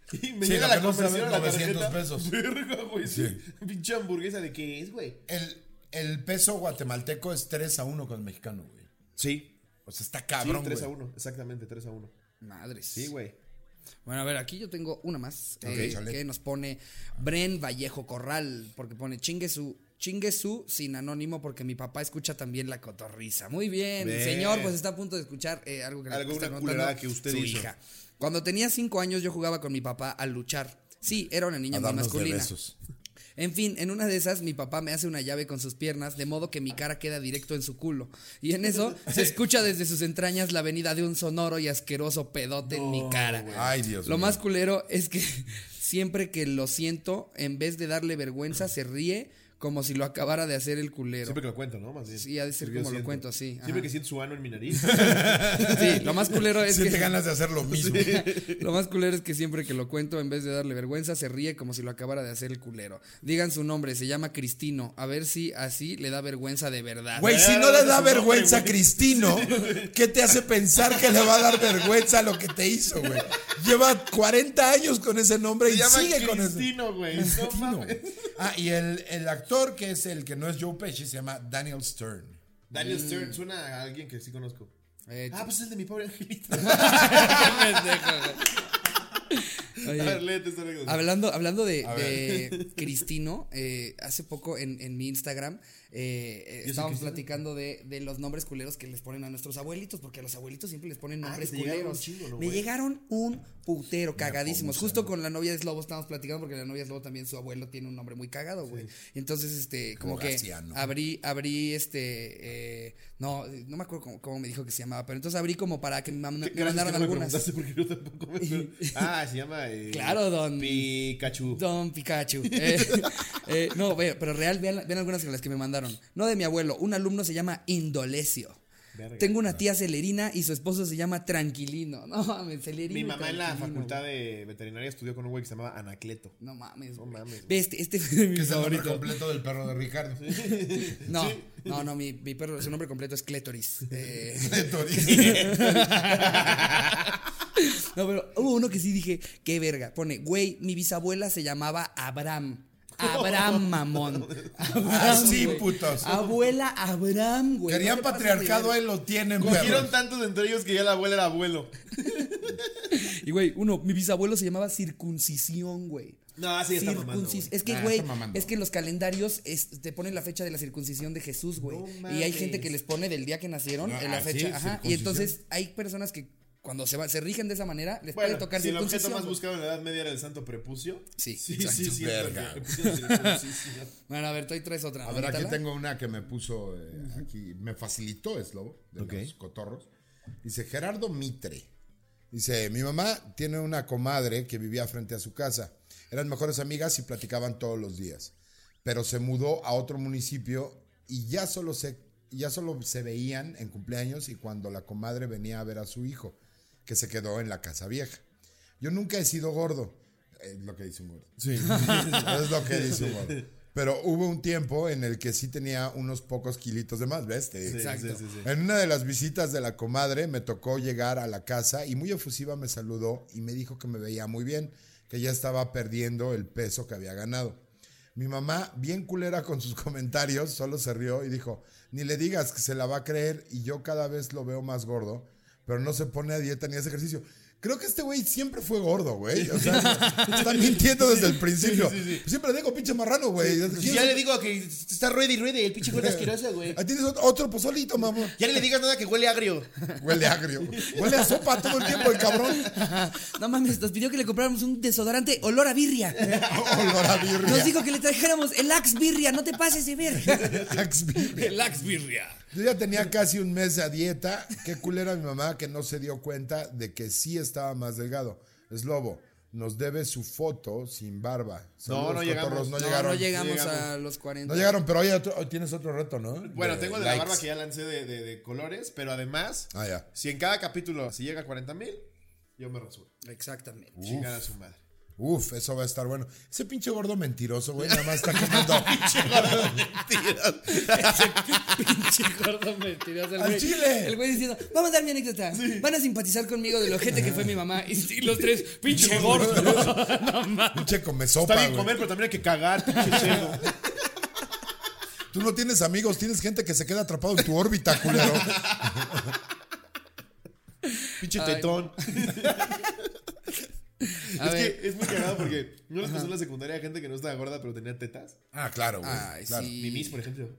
Y me Sí, llega lo la que no sabes, conversión a la 900 tarjeta. pesos. Verga, güey. sí. Sí. Pinche hamburguesa de qué es, güey. El, el peso guatemalteco es 3 a 1 con el mexicano, güey. Sí. O sea, está Sí, cabrón, 3 a güey. 1. Exactamente, 3 a 1. Madres. Sí, güey. Bueno, a ver, aquí yo tengo una más Ok, eh, chale. que nos pone Bren Vallejo Corral, porque pone chingue su Chingue su sin anónimo porque mi papá escucha también la cotorriza. Muy bien, Bien. señor, pues está a punto de escuchar eh, algo que le Alguna está contando culerada que usted su hizo. hija. Cuando tenía cinco años yo jugaba con mi papá al luchar. Sí, era una niña A muy darnos de masculina. besos. En fin, en una de esas mi papá me hace una llave con sus piernas, de modo que mi cara queda directo en su culo. Y en eso se escucha desde sus entrañas la venida de un sonoro y asqueroso pedote en mi cara. Ay, Dios Lo mío. más culero es que siempre que lo siento, en vez de darle vergüenza, se ríe como si lo acabara de hacer el culero. Siempre que lo cuento, ¿no? Más bien. Sí, ha de ser Yo como lo siento. cuento, sí, Siempre ajá. que siento su ano en mi nariz. Sí, lo más culero es Siente que... ganas de hacer lo mismo. Lo más culero es que siempre que lo cuento, en vez de darle vergüenza, se ríe como si lo acabara de hacer el culero. Digan su nombre, se llama Cristino. A ver si así le da vergüenza de verdad. Güey, si no le da vergüenza a Cristino, ¿qué te hace pensar que le va a dar vergüenza a lo que te hizo, güey? Lleva 40 años con ese nombre Se y llama sigue con eso. Cristino, güey. No Cristino, mames. güey. Ah, y el, el actor que es el que no es Joe Pesci se llama Daniel Stern. Daniel Stern suena a alguien que sí conozco. Eh, Ah, pues es el de mi pobre angelito. pendejo, güey. A Oye, ver, léete esta anécdota. Hablando, hablando de, A de Cristino, eh, hace poco en, en mi Instagram eh, eh, estábamos platicando de, de los nombres culeros que les ponen a nuestros abuelitos, porque a los abuelitos siempre les ponen nombres te Ah, llegaron culeros. un chingo, ¿no, Me güey? llegaron un putero, cagadísimos. Justo con la novia de Slobo estábamos platicando, porque la novia de Slobo también su abuelo tiene un nombre muy cagado, güey. Y Entonces, este, como que Horaciano. abrí, abrí este, eh, no, no me acuerdo cómo, cómo me dijo que se llamaba, pero entonces abrí como para que me, man- me Gracias mandaran que no me algunas. preguntaste porque yo tampoco me acuerdo. Ah, se llama. eh, Claro, don- Pikachu. Don Pikachu. Eh, eh, no, ve- pero real, vean, vean algunas de las que me mandaron. No de mi abuelo, un alumno se llama Indolesio. Verga. Tengo una tía celerina y su esposo se llama Tranquilino. No mames, celerino. Mi y mamá en la Tranquilino, facultad de veterinaria estudió con un güey que se llamaba Anacleto. güey. No mames. No güey. mames, güey. Ve, este, este fue mi Que es el nombre favorito. completo del perro de Ricardo. No, no, no, mi, mi perro, su nombre completo es Clétoris. Eh, No, pero hubo uno que sí dije, qué verga. Pone, güey, mi bisabuela se llamaba Abraham. Abraham, mamón. Abraham, Ah, sí, güey. putos. Abuela Abraham, güey. Querían No te pases de patriarcado, verga. ahí lo tienen, perro. Cogieron tantos entre ellos que ya la abuela era abuelo. eh. Y, güey, uno, mi bisabuelo se llamaba Circuncisión, güey. No, sí, está Circuncis- mamando. güey. Es que, Ah, güey, está mamando. es que los calendarios es- te ponen la fecha de la circuncisión de Jesús, güey. No y hay mames. gente que les pone del día que nacieron No, en la ah, sí, fecha. Ajá. Y circuncisión. entonces hay personas que cuando se, va- se rigen de esa manera les Bueno, puede tocar si el objeto circuncisión. más güey. buscado en la Edad Media era el santo prepucio. Sí, sí, exacto. sí, sí. es Verga. verdad, le pusieron circuncisión. Bueno, a ver, trae tres otra. A ver, aquí Ahorita la- tengo una que me puso eh, aquí, me facilitó es lobo de Ok. los cotorros. Dice Gerardo Mitre. Dice, mi mamá tiene una comadre que vivía frente a su casa. Eran mejores amigas y platicaban todos los días. Pero se mudó a otro municipio y ya solo se, ya solo se veían en cumpleaños y cuando la comadre venía a ver a su hijo, que se quedó en la casa vieja. Yo nunca he sido gordo. Es lo que dice un gordo. es lo que dice un gordo. Pero hubo un tiempo en el que sí tenía unos pocos kilitos de más, ¿ves? Te- Exacto. Sí, sí, sí, sí. en una de las visitas de la comadre me tocó llegar a la casa y muy efusiva me saludó y me dijo que me veía muy bien, que ya estaba perdiendo el peso que había ganado. Mi mamá, bien culera con sus comentarios, solo se rió y dijo, ni le digas que se la va a creer y yo cada vez lo veo más gordo, pero no se pone a dieta ni hace ejercicio. Creo que este güey siempre fue gordo, güey. O sea, está mintiendo desde el principio. Pues Siempre le digo pinche marrano, güey. Pues Ya le digo que está ruede y ruede, el pinche huele asqueroso, güey. Ahí Tienes otro pozolito, mamá. Ya no le digas nada que huele agrio. Huele agrio. Huele a sopa todo el tiempo el cabrón. No mames, nos pidió que le compráramos un desodorante olor a birria. Olor a birria. Nos dijo que le trajéramos el Axe Birria, no te pases de ver. Axe birria. El Axe Birria. Yo ya tenía casi un mes a dieta. Qué culera mi mamá que no se dio cuenta de que sí estaba más delgado. Es lobo. Nos debe su foto sin barba. Saludos, no llegamos. cotorros. No, No, llegaron. no llegamos, llegamos. a los 40. No llegaron, pero hoy, otro- hoy tienes otro reto, ¿no? Bueno, tengo el de la likes. barba que ya lancé de, de- de colores, pero además, Ah, ya. si en cada capítulo si llega a 40 mil, yo me rasuro. Exactamente. Chingada su madre. Uf, eso va a estar bueno. Ese pinche gordo mentiroso, güey, nada más está comiendo. Pinche gordo mentiroso. El ¡Al güey, chile! El güey diciendo, vamos a dar mi anécdota. Van a simpatizar conmigo de lo gente que fue mi mamá. Y, y los tres, pinche gordo. No mames. pinche come Está sopa, bien güey. comer, pero también hay que cagar, pinche cego. Tú no tienes amigos, tienes gente que se queda atrapado en tu órbita, culero. Pinche tetón. es ver. que es muy cagado porque no les pasó en la secundaria a gente que no estaba gorda pero tenía tetas. Ah, claro, güey. Ay, claro. sí. Mimis, por ejemplo.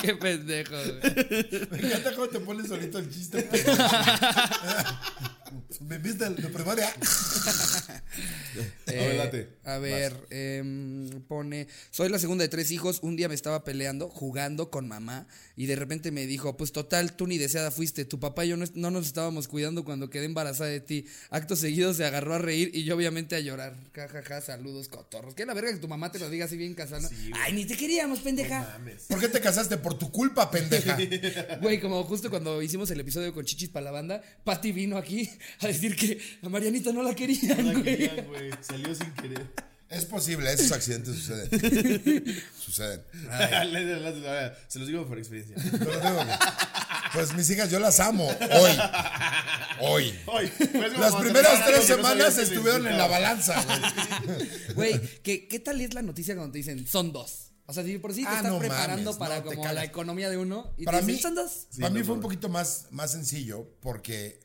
Qué pendejo, güey. Me encanta cómo te pones solito el chiste. Me viste de de primaria. Eh, Adelante. a ver, em, pone, soy la segunda de tres hijos, un día me estaba peleando, jugando con mamá y de repente me dijo, pues total, tú ni deseada fuiste, tu papá y yo no, es- no nos estábamos cuidando cuando quedé embarazada de ti. Acto seguido se agarró a reír y yo obviamente a llorar. Ja, ja, ja, saludos, cotorros. Qué la verga que tu mamá te lo diga así bien casando. Ay, ni te queríamos, pendeja. ¿Por qué te casaste? Por tu culpa, pendeja. Güey, como justo cuando hicimos el episodio con Chichis para la banda, Patty vino aquí a decir que a Marianita no la querían, Nada que güey. ver, güey. Salió sin querer. Es posible, esos accidentes suceden. suceden. Se los digo por experiencia. No lo tengo. Pues mis hijas, yo las amo hoy. Hoy. Hoy, pues, como Las cuando primeras tres terminaron, que no sabían semanas qué les estuvieron en la gustaba. balanza, güey. Güey, ¿qué, ¿qué tal es la noticia cuando te dicen son dos? O sea, si por sí te Ah, estás no preparando mames, para no, te como cagas. la economía de uno y Para te dicen, mí, son dos. para mí no fue un poquito más, más sencillo porque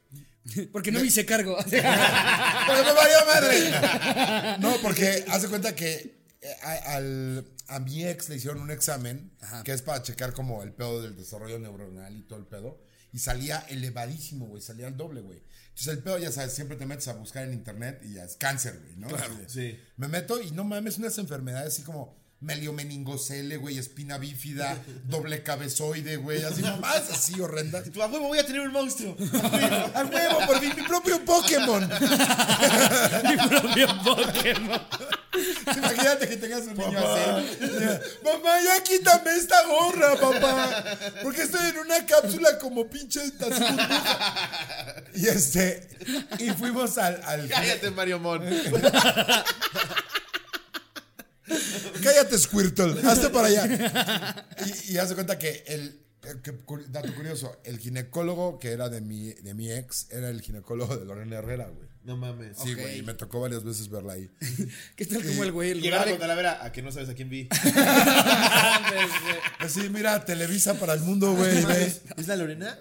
Porque no me hice cargo. Porque me valió madre. No, porque hace cuenta que eh, a, al- a mi ex le hicieron un examen que es para checar como el pedo del desarrollo neuronal y todo el pedo. Y salía elevadísimo, güey. Salía al doble, güey. Entonces el pedo, ya sabes, siempre te metes a buscar en internet y ya es cáncer, güey, ¿no? Claro, sí. Me meto y no mames, unas enfermedades así como meliomeningocele, güey, espina bífida, doble cabezoide, güey, así mamás así horrendas. Tu abuelo voy a tener un monstruo. ¡A huevo! Por mi, mi propio Pokémon. Mi propio Pokémon. Imagínate que tengas un niño así. Mamá, ya quítame esta gorra, papá. Porque estoy en una cápsula como pinche así, burbuja. Y este. Y fuimos al. al- Cállate, Mario Mon. cállate, Squirtle. Hazte para allá. Y, y haz de cuenta que el. que cu- dato curioso, el ginecólogo que era de mi, de mi ex era el ginecólogo de Lorena Herrera, güey. No mames. Sí, Ok. güey, y me tocó varias veces verla ahí. ¿Qué tal como el güey? en Llegar lugar a de- Talavera, a que no sabes a quién vi. Así, mira, Televisa para el mundo, güey, ve. ¿Es la Lorena?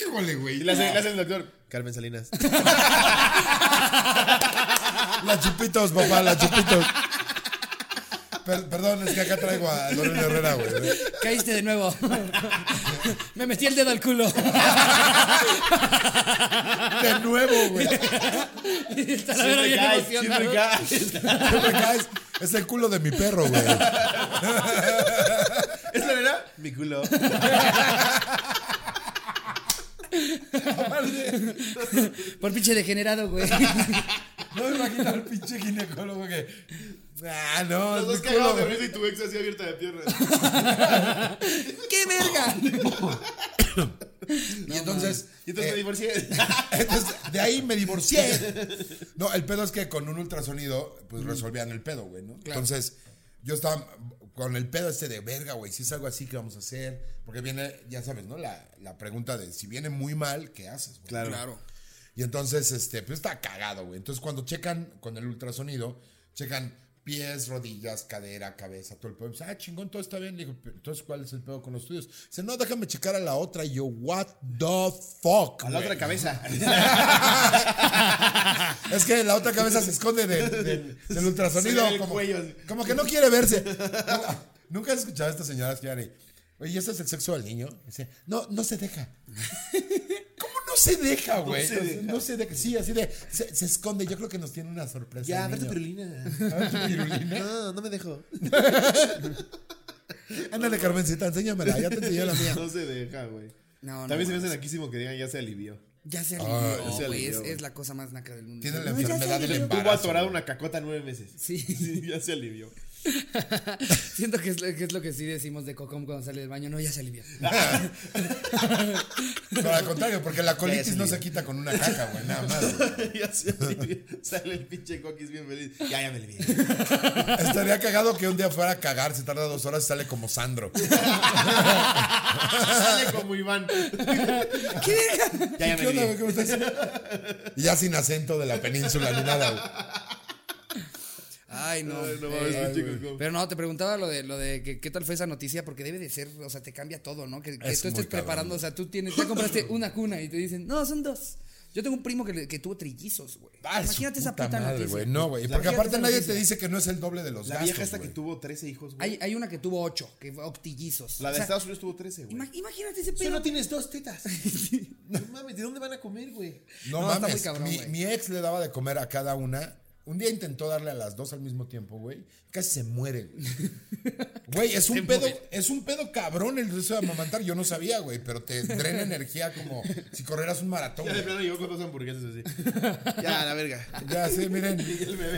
Híjole, güey. Y le hace, le hace el doctor. Carmen Salinas. La chupitos, papá, la chupitos. Per- perdón, es que acá traigo a Lorena Herrera, güey. Caíste de nuevo. me metí el dedo al culo. De nuevo, güey. Y el Talavera Siempre bien caes, emocionado. siempre caes. No me caes. Es el culo de mi perro, güey. ¿Es la Lorena? Mi culo. Por pinche degenerado, güey. No me imagino al pinche ginecólogo que. Ah, no, Los es mi dos culo, cagados de güey. risa y tu ex así abierta de piernas. ¡Qué verga! Y entonces. Y entonces me eh, divorcié. Entonces, de ahí me divorcié. No, el pedo es que con un ultrasonido, pues resolvían el pedo, güey, ¿no? Entonces, yo estaba con el pedo este de verga, güey, si es algo así que vamos a hacer. Porque viene, ya sabes, ¿no? La, la pregunta de si viene muy mal, ¿qué haces, güey? claro. Y entonces, este, pues está cagado, güey. Entonces, cuando checan con el ultrasonido, checan pies, rodillas, cadera, cabeza, todo el pedo. Dice, ah, chingón, todo está bien. Le digo, "Pero, entonces, ¿cuál es el pedo con los tuyos? Dice, no, déjame checar a la otra. Y yo, what the fuck, A la güey?" otra cabeza. Es que la otra cabeza se esconde del, del- del ultrasonido. Se ve el como, cuello. como que no quiere verse. Nunca has escuchado a estas señoras que van y, Oye, ¿y este es el sexo del niño? Dice, no, no se deja. ¿Cómo no se deja, güey? se No, deja. se deja. Sí, así de. Se, se esconde. Yo creo que nos tiene una sorpresa. el niño. pirulina. A ver tu pirulina. No, no me dejó. Ándale, Carmencita, enséñamela. Ya te enseñé la mía. No se deja, güey. No, no También se me mames. hace naquísimo que digan ya se alivió. Ya se Ay, alivió, ya se güey. alivió, Es, güey. es la cosa más naca del mundo. Tiene la No, Pues ya se enfermedad del alivió. Tuvo embarazo. atorada güey. una cacota nueve meses. Sí. ya se alivió. Siento que es, lo- que es lo que sí decimos de Cocom cuando sale del baño. No, ya se alivió. Pero al contrario, porque la colitis no sí. se quita con una caca, güey. Nada más, güey. ya se alivió. Sale el pinche coquis bien feliz. Ya, ya me alivié. Estaría cagado que un día fuera a cagar, se tarda dos horas y sale como Sandro. Sale como Iván. ¿Qué verga? Ya, ya me ¿Qué onda, güey? alivié. ¿Cómo estás? Y ya sin acento de la península ni nada, güey. Ay, no. Ay, no mames, Eh, pinche Cocom. pero no, te preguntaba lo de lo de que, qué tal fue esa noticia, porque debe de ser, o sea, te cambia todo, ¿no? Que, que Es tú estés muy cabrón. preparando, o sea, tú tienes, ya compraste una cuna y te dicen, no, son dos. Yo tengo un primo que, le- que tuvo trillizos, güey. Ah, su Imagínate esa puta puta madre, noticia. güey. No, güey. La Porque vieja aparte esta nadie noticia. te dice que no es el doble de los La gastos. vieja esta que güey. tuvo 13 hijos, güey. Hay, hay una que tuvo ocho, que fue octillizos. La de O sea, Estados Unidos tuvo 13, güey. ima- imagínate ese Solo pedo. tienes dos tetas. No mames, ¿de dónde van a comer, güey? No, No, está mames, muy cabrón, mi, güey. mi ex le daba de comer a cada una. Un día intentó darle a las dos al mismo tiempo, güey. Casi se muere, güey. Güey, es un pedo, es un pedo cabrón el proceso de amamantar. Yo no sabía, güey, pero te drena energía como si correras un maratón. Ya de güey. plano llegó con dos hamburguesas así. Ya, la verga. Ya, sí, miren.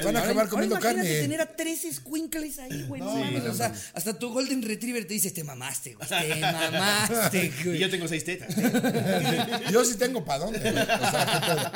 Van a acabar Ahora comiendo imagínate carne. tener a tres squinkles ahí, güey. No, Sí, mames, no o sea, hasta tu Golden Retriever te dice, te mamaste, güey. Te mamaste, Y güey. yo tengo seis tetas. Yo sí tengo para dónde, güey. O sea, ¿qué pedo?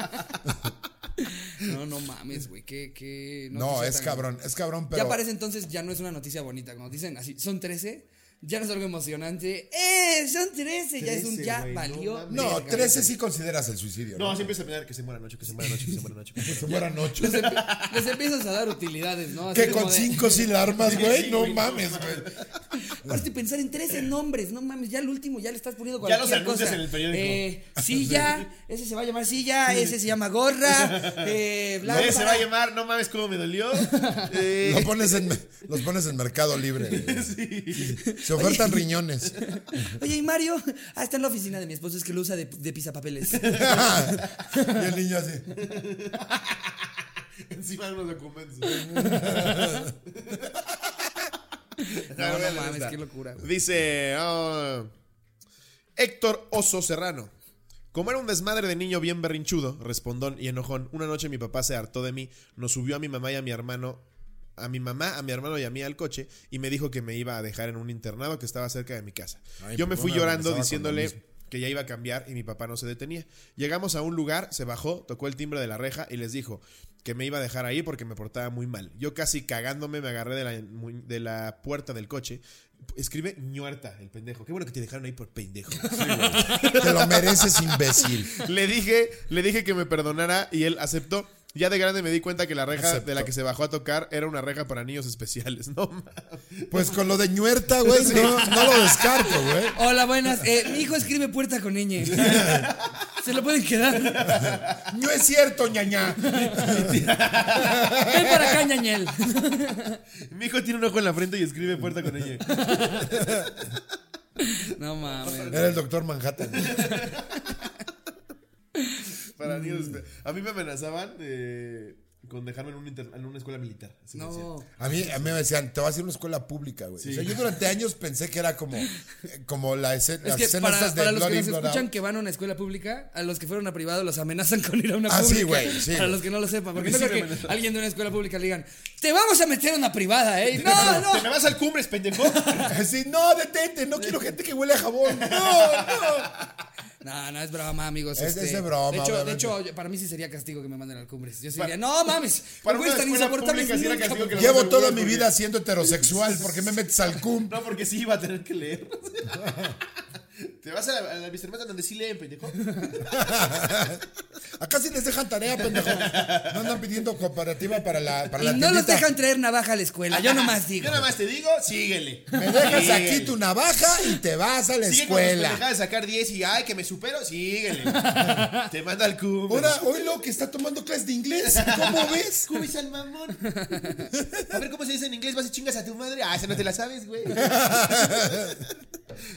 No, no mames, güey. Qué, qué No, noticia es tan- cabrón, es cabrón, Ya pero. para ese entonces ya no es una noticia bonita. Como dicen así, son 13. Ya no es algo emocionante. ¡Eh! Son 13. ya es un 13, ya güey, no valió. mames. No, verga, 13 sí consideras el suicidio. No, No, siempre se pelean que se muera noche, que se muera noche, que se muera noche. que se muera Se mueran ocho. Les, empie- les empiezas a dar utilidades, ¿no? Así Que con como de- cinco sí la armas, güey. Sí, No güey, no mames, güey. Aparte, pensar en 13 nombres, no mames, ya el último ya le estás poniendo Ya los cualquier anuncias cosa. en el periódico. Eh, silla, ese se va a llamar silla, ese se llama gorra, eh, noche. Nadie lámpara. se va a llamar, no mames cómo me dolió. Eh, Lo pones en, los pones en mercado libre. güey. Se ofertan riñones. Oye, y Mario, ah, está en la oficina de mi esposo, es que lo usa de, de pisapapeles. y el niño así. Encima de unos documentos. No, no mames, qué locura, güey. Dice ah, Héctor Oso Serrano. Como era un desmadre de niño bien berrinchudo, respondón y enojón, una noche mi papá se hartó de mí, nos subió a mi mamá y a mi hermano, a mi mamá, a mi hermano y a mí al coche y me dijo que me iba a dejar en un internado que estaba cerca de mi casa. Ay, Yo me fui perdóname, llorando estaba con lo diciéndole mismo. que ya iba a cambiar y mi papá no se detenía. Llegamos a un lugar, se bajó, tocó el timbre de la reja y les dijo que me iba a dejar ahí porque me portaba muy mal. Yo casi cagándome me agarré de la, mu- de la puerta del coche. Escribe ñuerta, el pendejo. Qué bueno que te dejaron ahí por pendejo. Te lo mereces, imbécil. le, dije, le dije que me perdonara y él aceptó. Ya de grande me di cuenta que la reja de la Aceptó. que se bajó a tocar era una reja para niños especiales. No, mames. Pues con lo de ñuerta, güey, no, no lo descarto, güey. Hola, buenas. Eh, mi hijo escribe puerta con ñ. Se lo pueden quedar. Ven No es cierto, ñaña. para acá, ñañel. mi hijo tiene un ojo en la frente y escribe puerta con ella. No mames. Era el doctor Manhattan. Para Mm. niños espe- A mí me amenazaban de- con dejarme en, un inter- en una escuela militar. así me decían. No. A mí, a mí me decían, te vas a ir a una escuela pública, güey. O sea, yo durante años pensé que era como, como la escena, Es las que escenas para, estas de para los Blood que In, nos Blood Out. escuchan que van a una escuela pública, a los que fueron a privado los amenazan con ir a una Ah, sí, pública. güey, sí, para güey. los que no lo sepan, porque A mí no sí creo me que amenazaron. alguien de una escuela pública le digan, te vamos a meter a una privada, ¿eh? No, ¿Te me no. vas al cumbres, pendejo? Así, no, detente, no quiero gente que huele a jabón. No, no. No, no, es broma, amigos. Es- este, es de broma, De hecho, de obviamente. hecho, yo- para mí sí sería castigo que me manden al cumbres. Yo sí diría, no mames, para güey, una tan escuela insoportables pública sí era nunca, castigo que güey". lo- Llevo Pero toda güey, mi porque- vida siendo heterosexual, ¿por qué me metes al cum? No, porque sí iba a tener que leer. ¿Te vas a la, a la Mr. Manhattan donde sí leen, pendejo? Acá sí les dejan tarea, pendejo. No andan pidiendo cooperativa para la para la Y no los tiendita. dejan traer navaja a la escuela, Ah, yo nomás digo. Yo nada más te digo, síguele. Me dejas Síguele. aquí tu navaja y te vas a la Sigue con tus pendejadas escuela. de sacar 10 y, ay, que me supero, síguele. te manda al cumbres. Ahora, hoy lo que está tomando clases de inglés, ¿cómo ves? Cubes al mamón. A ver cómo se dice en inglés, vas y chingas a tu madre. Ah, esa no te la sabes, güey.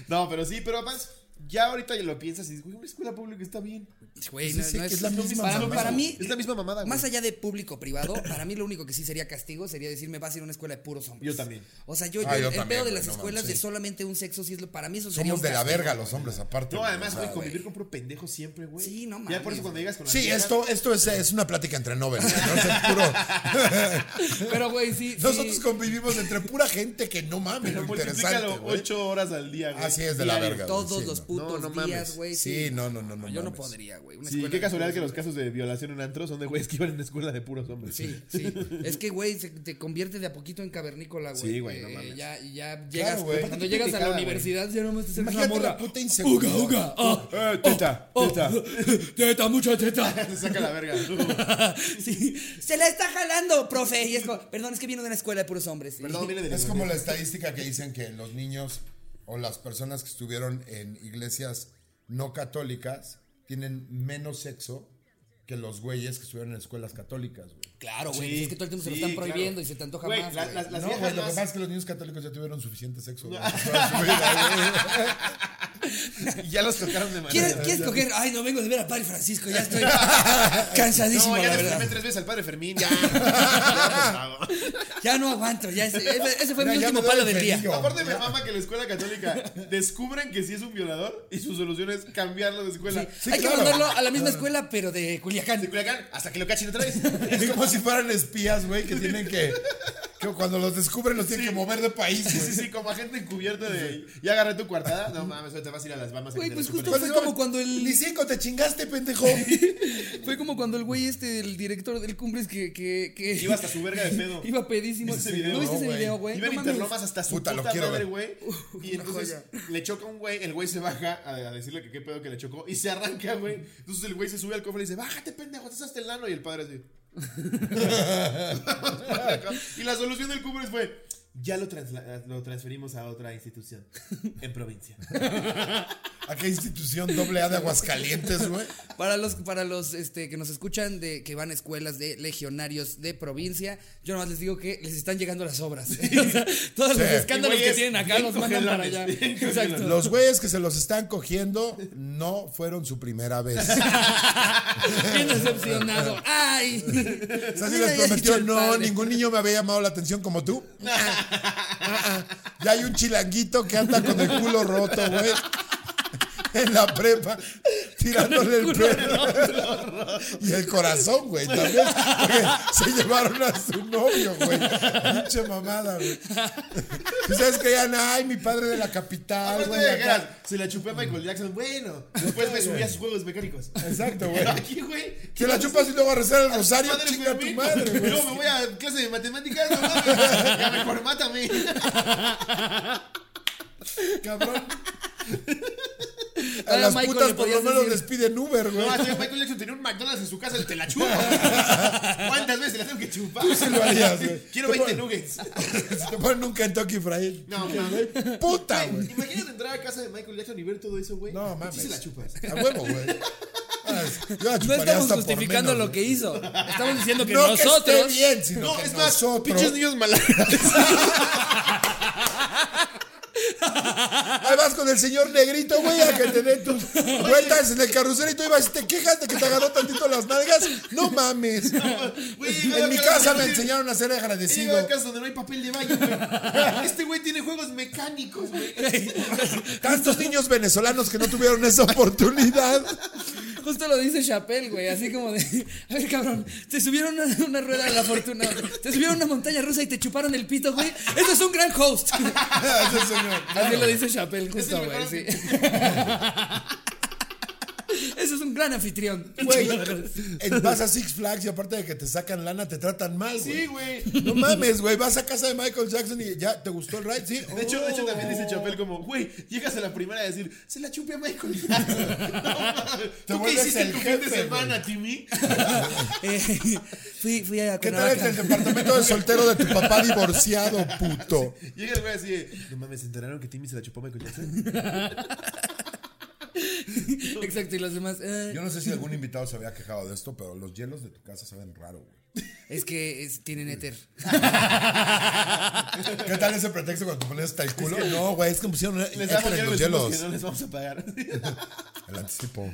No, pero sí, pero además, ya ahorita lo piensas y dices, güey, una escuela pública está bien. Güey, Sí, no, sí, no que es, es la misma para- mamada. para mí, Es la misma mamada, güey. Más allá de público privado, para mí lo único que sí sería castigo sería decirme vas a ir a una escuela de puros hombres. Yo también. O sea, yo, yo Ah, el- yo el también, pedo de güey, las no escuelas mames, de sí. solamente un sexo sí es lo para mí eso sería Somos un de la castigo. verga los hombres, aparte. No, güey, además, o sea, güey, convivir con puro pendejo siempre, güey. Sí, no Ya por mames, eso cuando güey. llegas con la Sí, esto, esto es, es una plática entre nobles. Entonces, puro, Pero güey, sí, sí. nosotros convivimos entre pura gente que no mames, Pero lo interesante. multiplícalo güey. 8 horas al día, güey. Así es de la Diario. verga. güey, todos sí, los no. putos No, no mames. días, güey. Sí, no, no, no, no. yo no mames. podría, güey. Una Sí, escuela qué de casualidad puros que los hombres. casos de violación en antro son de güeyes que iban en escuela de puros hombres. Sí, sí. Es que, güey, se- te convierte de a poquito en cavernícola, güey. Sí, güey, no Eh, mames. Ya, ya llegas, güey. cuando llegas a la Picada, güey. universidad, ya nomás te sacas una Imagínate la morra. puta inseguridad. ah, Eh, teta, oh, teta. teta, mucha teta. Se saca la verga. Sí, se la está jalando, profe. Y es como, perdón, es que viene de una escuela de puros hombres. Perdón, viene de Es como la estadística que dicen que los niños o las personas que estuvieron en iglesias no católicas tienen menos sexo que los güeyes que estuvieron en escuelas católicas, güey. Claro, güey. Sí, es Pues que todo el tiempo se lo sí, están prohibiendo claro. y se te antoja Güey, más. la- güey. las- las no, viejas güey, lo que más- pasa es que los niños católicos ya tuvieron suficiente sexo. güey, toda su vida, güey. Y ya los tocaron de manera. ¿Quieres, quieres coger? Ay, no vengo de ver a Padre Francisco, ya estoy cansadísimo, No, ya la le firmé verdad. tres veces al padre Fermín, ya. Ya, por favor. Ya no aguanto, ya ese, ese- ese fue Mira, mi ya último me duele palo el del día. pelillo. Aparte me mama que la escuela católica descubren que sí es un violador y su solución es cambiarlo de escuela. Sí, Hay claro. que mandarlo a la misma escuela, pero de Culiacán. De Culiacán, hasta que lo cachen otra vez. Es como si fueran espías, güey, que tienen que. que cuando los descubren los tienen Sí. que mover de país, Sí, güey. sí, sí, como agente encubierto de. Ya agarré tu coartada. No mames, ahorita vas a ir a las Bahamas. a que Güey, te pues la justo chupen. fue como cuando el Lisico, te chingaste, pendejo. Fue como cuando el güey este, el director del Cumbres que... que, que Iba hasta su verga de pedo. Iba pedísimo. ¿Viste ese video? ¿No viste No, ese güey. video, güey? Iba en No mames. Interlomas hasta su Puta, puta, lo quiero madre, ver. güey. Y una entonces le choca un güey, el güey se baja a, a decirle que qué pedo que le chocó y se arranca, güey. Entonces el güey se sube al cofre y le dice, bájate, pendejo, estás hasta el lano. Y el padre así. y la solución del cumbre fue, ya lo, transla- lo transferimos a otra institución en provincia. ¿A qué institución doble A de Aguascalientes, güey? Para los, para los este, que nos escuchan de que van a escuelas de legionarios de provincia, yo nomás les digo que les están llegando las obras. O sea, todos los Sí. escándalos Y, güey, que es tienen acá bien los mandan para cogelones, allá. bien cogelones. Exacto. Los güeyes que se los están cogiendo no fueron su primera vez. Bien decepcionado. ¡Ay! O sea, sí Mira, les ya dicho prometió, el no, padre. ningún niño me había llamado la atención como tú. Ah, ah, ah. Ya hay un chilanguito que anda con el culo roto, güey. En la prepa, tirándole el pelo. Y el corazón, güey, también. Porque se llevaron a su novio, güey. Pinche mamada, güey. Pues Ustedes creían, ay, mi padre de la capital, Aparte Ah, güey. de acá". que eras, se la chupé a Michael Jackson. Bueno, después me subí a sus juegos mecánicos. Exacto, güey. Pero aquí, güey. Te la chupas y luego a rezar el rosario, Madre chinga tu Fermín, madre, güey. Luego me voy a clase de matemáticas. No, mames, ya mejor mátame. Cabrón. A Ahora las Michael putas le por lo podías menos decir- Ah. les piden Uber, güey. No, hasta que Michael Jackson tenía un McDonald's en su casa, te la chupo. ¿Cuántas veces la tengo que chupar? sí lo harías, güey. Quiero Te 20 ponen- nuggets. Si te ponen un Kentucky Fried. No, mames. Puta, Güey, güey. Imagínate entrar a casa de Michael Jackson y ver todo eso, güey. No Sí se la mames. chupas. A huevo, güey. Ah, yo la No chuparía estamos hasta por justificando menos, lo que hizo. Estamos diciendo güey. que No que esté nosotros... bien, sino No, que es más, nosotros. pinches niños malagas. Ahí vas con el señor negrito, güey, a que te den tus vueltas en el carrusel y tú ibas y te quejas de que te agarró tantito las nalgas. No mames. Güey, En mi claro, casa claro, me sí. enseñaron a ser He llegado agradecido. a casa donde no hay papel de baño, güey. Este güey tiene juegos mecánicos, güey. Tantos niños venezolanos que no tuvieron esa oportunidad. Justo lo dice Chappelle, güey, así como de, a ver, cabrón, te subieron una, una rueda de la fortuna, te subieron a una montaña rusa y te chuparon el pito, güey. Eso es un gran host. Ese señor. Así lo dice Chappelle, Es el justo, güey, mejor sí. Eso es un gran anfitrión. Güey, en- vas a Six Flags y aparte de que te sacan lana, te tratan mal, Sí, güey. güey. no mames, güey. Vas a casa de Michael Jackson y ya, ¿te gustó el ride? Sí. Oh. De hecho, de hecho también dice Chapel como, güey, llegas a la primera a decir, se la chupé a Michael Jackson. No, mames. ¿Tú qué vuelves hiciste el en tu fin de jefe, semana, Timmy? Eh, fui, fui a ¿Qué tal es Cuernavaca. el departamento de soltero de tu papá divorciado, puto? Llega el güey así, de, no mames, ¿se enteraron que Timmy se la chupó a Michael Jackson? Exacto, y los demás. eh, Yo no sé si algún invitado se había quejado de esto, pero los hielos de tu casa saben raro, güey. es que es- tienen éter. ¿Qué tal ese pretexto cuando te pones hasta el culo? No, güey, es que me pusieron Les extra damos en dinero los y decimos que hielos. no les vamos a pagar. El anticipo.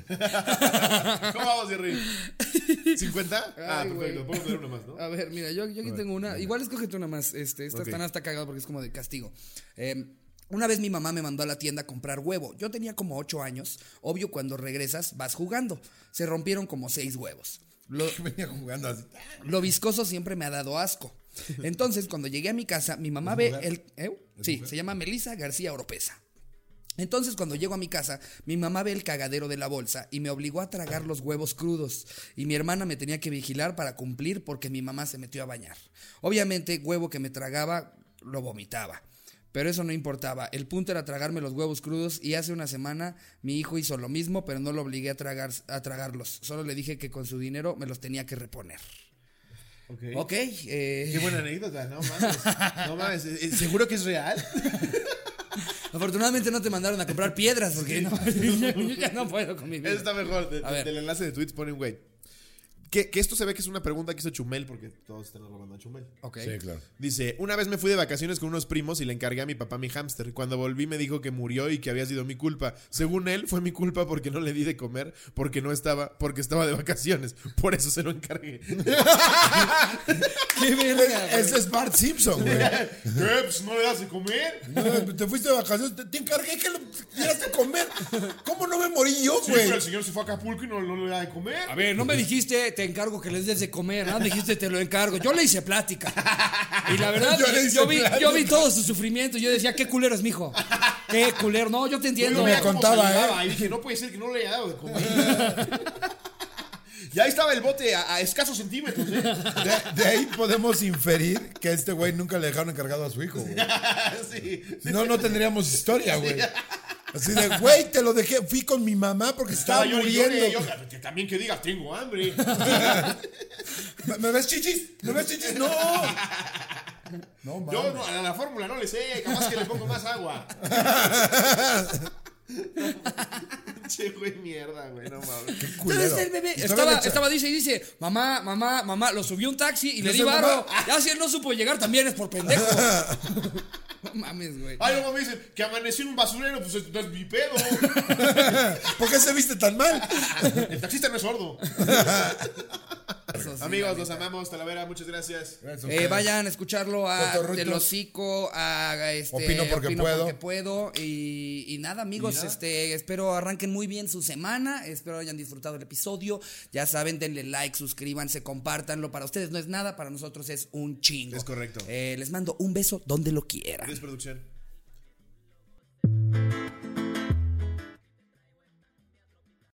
¿Cómo vamos, Jerry? ¿50? Ah, Ay, perfecto. güey. Podemos ver uno más, ¿no? A ver, mira, yo, yo aquí tengo una. Igual escógete una más. Este, esta Ok. están hasta cagada porque es como de castigo. Eh, una vez mi mamá me mandó a la tienda a comprar huevo. Yo tenía como 8 años. Obvio, cuando regresas vas jugando. Se rompieron como 6 huevos. Lo, Venía jugando así. lo viscoso siempre me ha dado asco. Entonces, cuando llegué a mi casa, mi mamá ve el. ¿eh? Sí, se llama Melisa García Oropesa. Entonces, cuando llego a mi casa, mi mamá ve el cagadero de la bolsa y me obligó a tragar los huevos crudos. Y mi hermana me tenía que vigilar para cumplir porque mi mamá se metió a bañar. Obviamente, huevo que me tragaba, lo vomitaba. Pero eso no importaba. El punto era tragarme los huevos crudos y hace una semana mi hijo hizo lo mismo, pero no lo obligué a, tragar, a tragarlos. Solo le dije que con su dinero me los tenía que reponer. Ok. Ok. eh, Qué buena anécdota, no mames. No mames, eh, eh, ¿seguro que es real? Afortunadamente no te mandaron a comprar piedras porque no, yo ya no puedo con mi vida. Eso está mejor. De- A ver. del enlace de tweets ponen, güey. Que, que esto se ve que es una pregunta que hizo Chumel, porque todos están robando a Chumel. Ok. Sí, claro. Dice, una vez me fui de vacaciones con unos primos y le encargué a mi papá mi hámster. Cuando volví me dijo que murió y que había sido mi culpa. Según él, fue mi culpa porque no le di de comer, porque no estaba, porque estaba de vacaciones. Por eso se lo encargué. ¡Qué verga! güey! Ese es Bart Simpson, güey. Pues, ¿No le das de comer? No, pues, Te fuiste de vacaciones, te, te encargué que lo dieras de comer. ¿Cómo no me morí yo, güey? Pues, pues. señor se fue a Acapulco y no, le da de comer. A ver, no me dijiste, te encargo que les des de comer, ¿ah? Me dijiste, te lo encargo. Yo le hice plática. Y la verdad, Yo yo, le hice yo vi, plática. yo vi todo su sufrimiento. Yo decía, qué culero es mi hijo. Qué culero. No, yo te entiendo. me contaba, Y dije, no puede ser que no le haya dado de comer. y ahí estaba el bote a, a escasos centímetros, De, ¿eh? de ahí podemos inferir que a este güey nunca le dejaron encargado a su hijo, güey. sí. Si no, no tendríamos historia, güey. Así de, güey, te lo dejé, fui con mi mamá porque estaba yo- yo- muriendo. yo- yo- que también que digas, tengo hambre. ¿Me- ¿Me ves chichis? ¿Me ves chichis? No. No, Yo mames. no, a la fórmula no le sé, capaz que le pongo más agua. che, güey, mierda, güey, no mames. Culero. Entonces el bebé Y todavía estaba, le echa- estaba dice y dice, mamá, mamá, mamá, lo subió un taxi y le Yo di soy varo. mamá. Ya si él no supo llegar también es por pendejo. No mames, güey. Ay, luego me dicen que amaneció en un basurero, pues esto es mi pedo. ¿Por qué se viste tan mal? El taxista no es sordo. Eso sí, Amigos, la los neta. amamos, Talavera, muchas gracias. Eh, vayan a escucharlo a Cotorrutos. Del Hocico, a a este, Opino porque puedo. puedo, y, y nada, amigos, este espero arranquen muy bien su semana, espero hayan disfrutado el episodio. Ya saben, denle like, suscríbanse, compártanlo. Para ustedes no es nada, para nosotros es un chingo. Es correcto. Eh, les mando un beso donde lo quieran. Gracias, producción.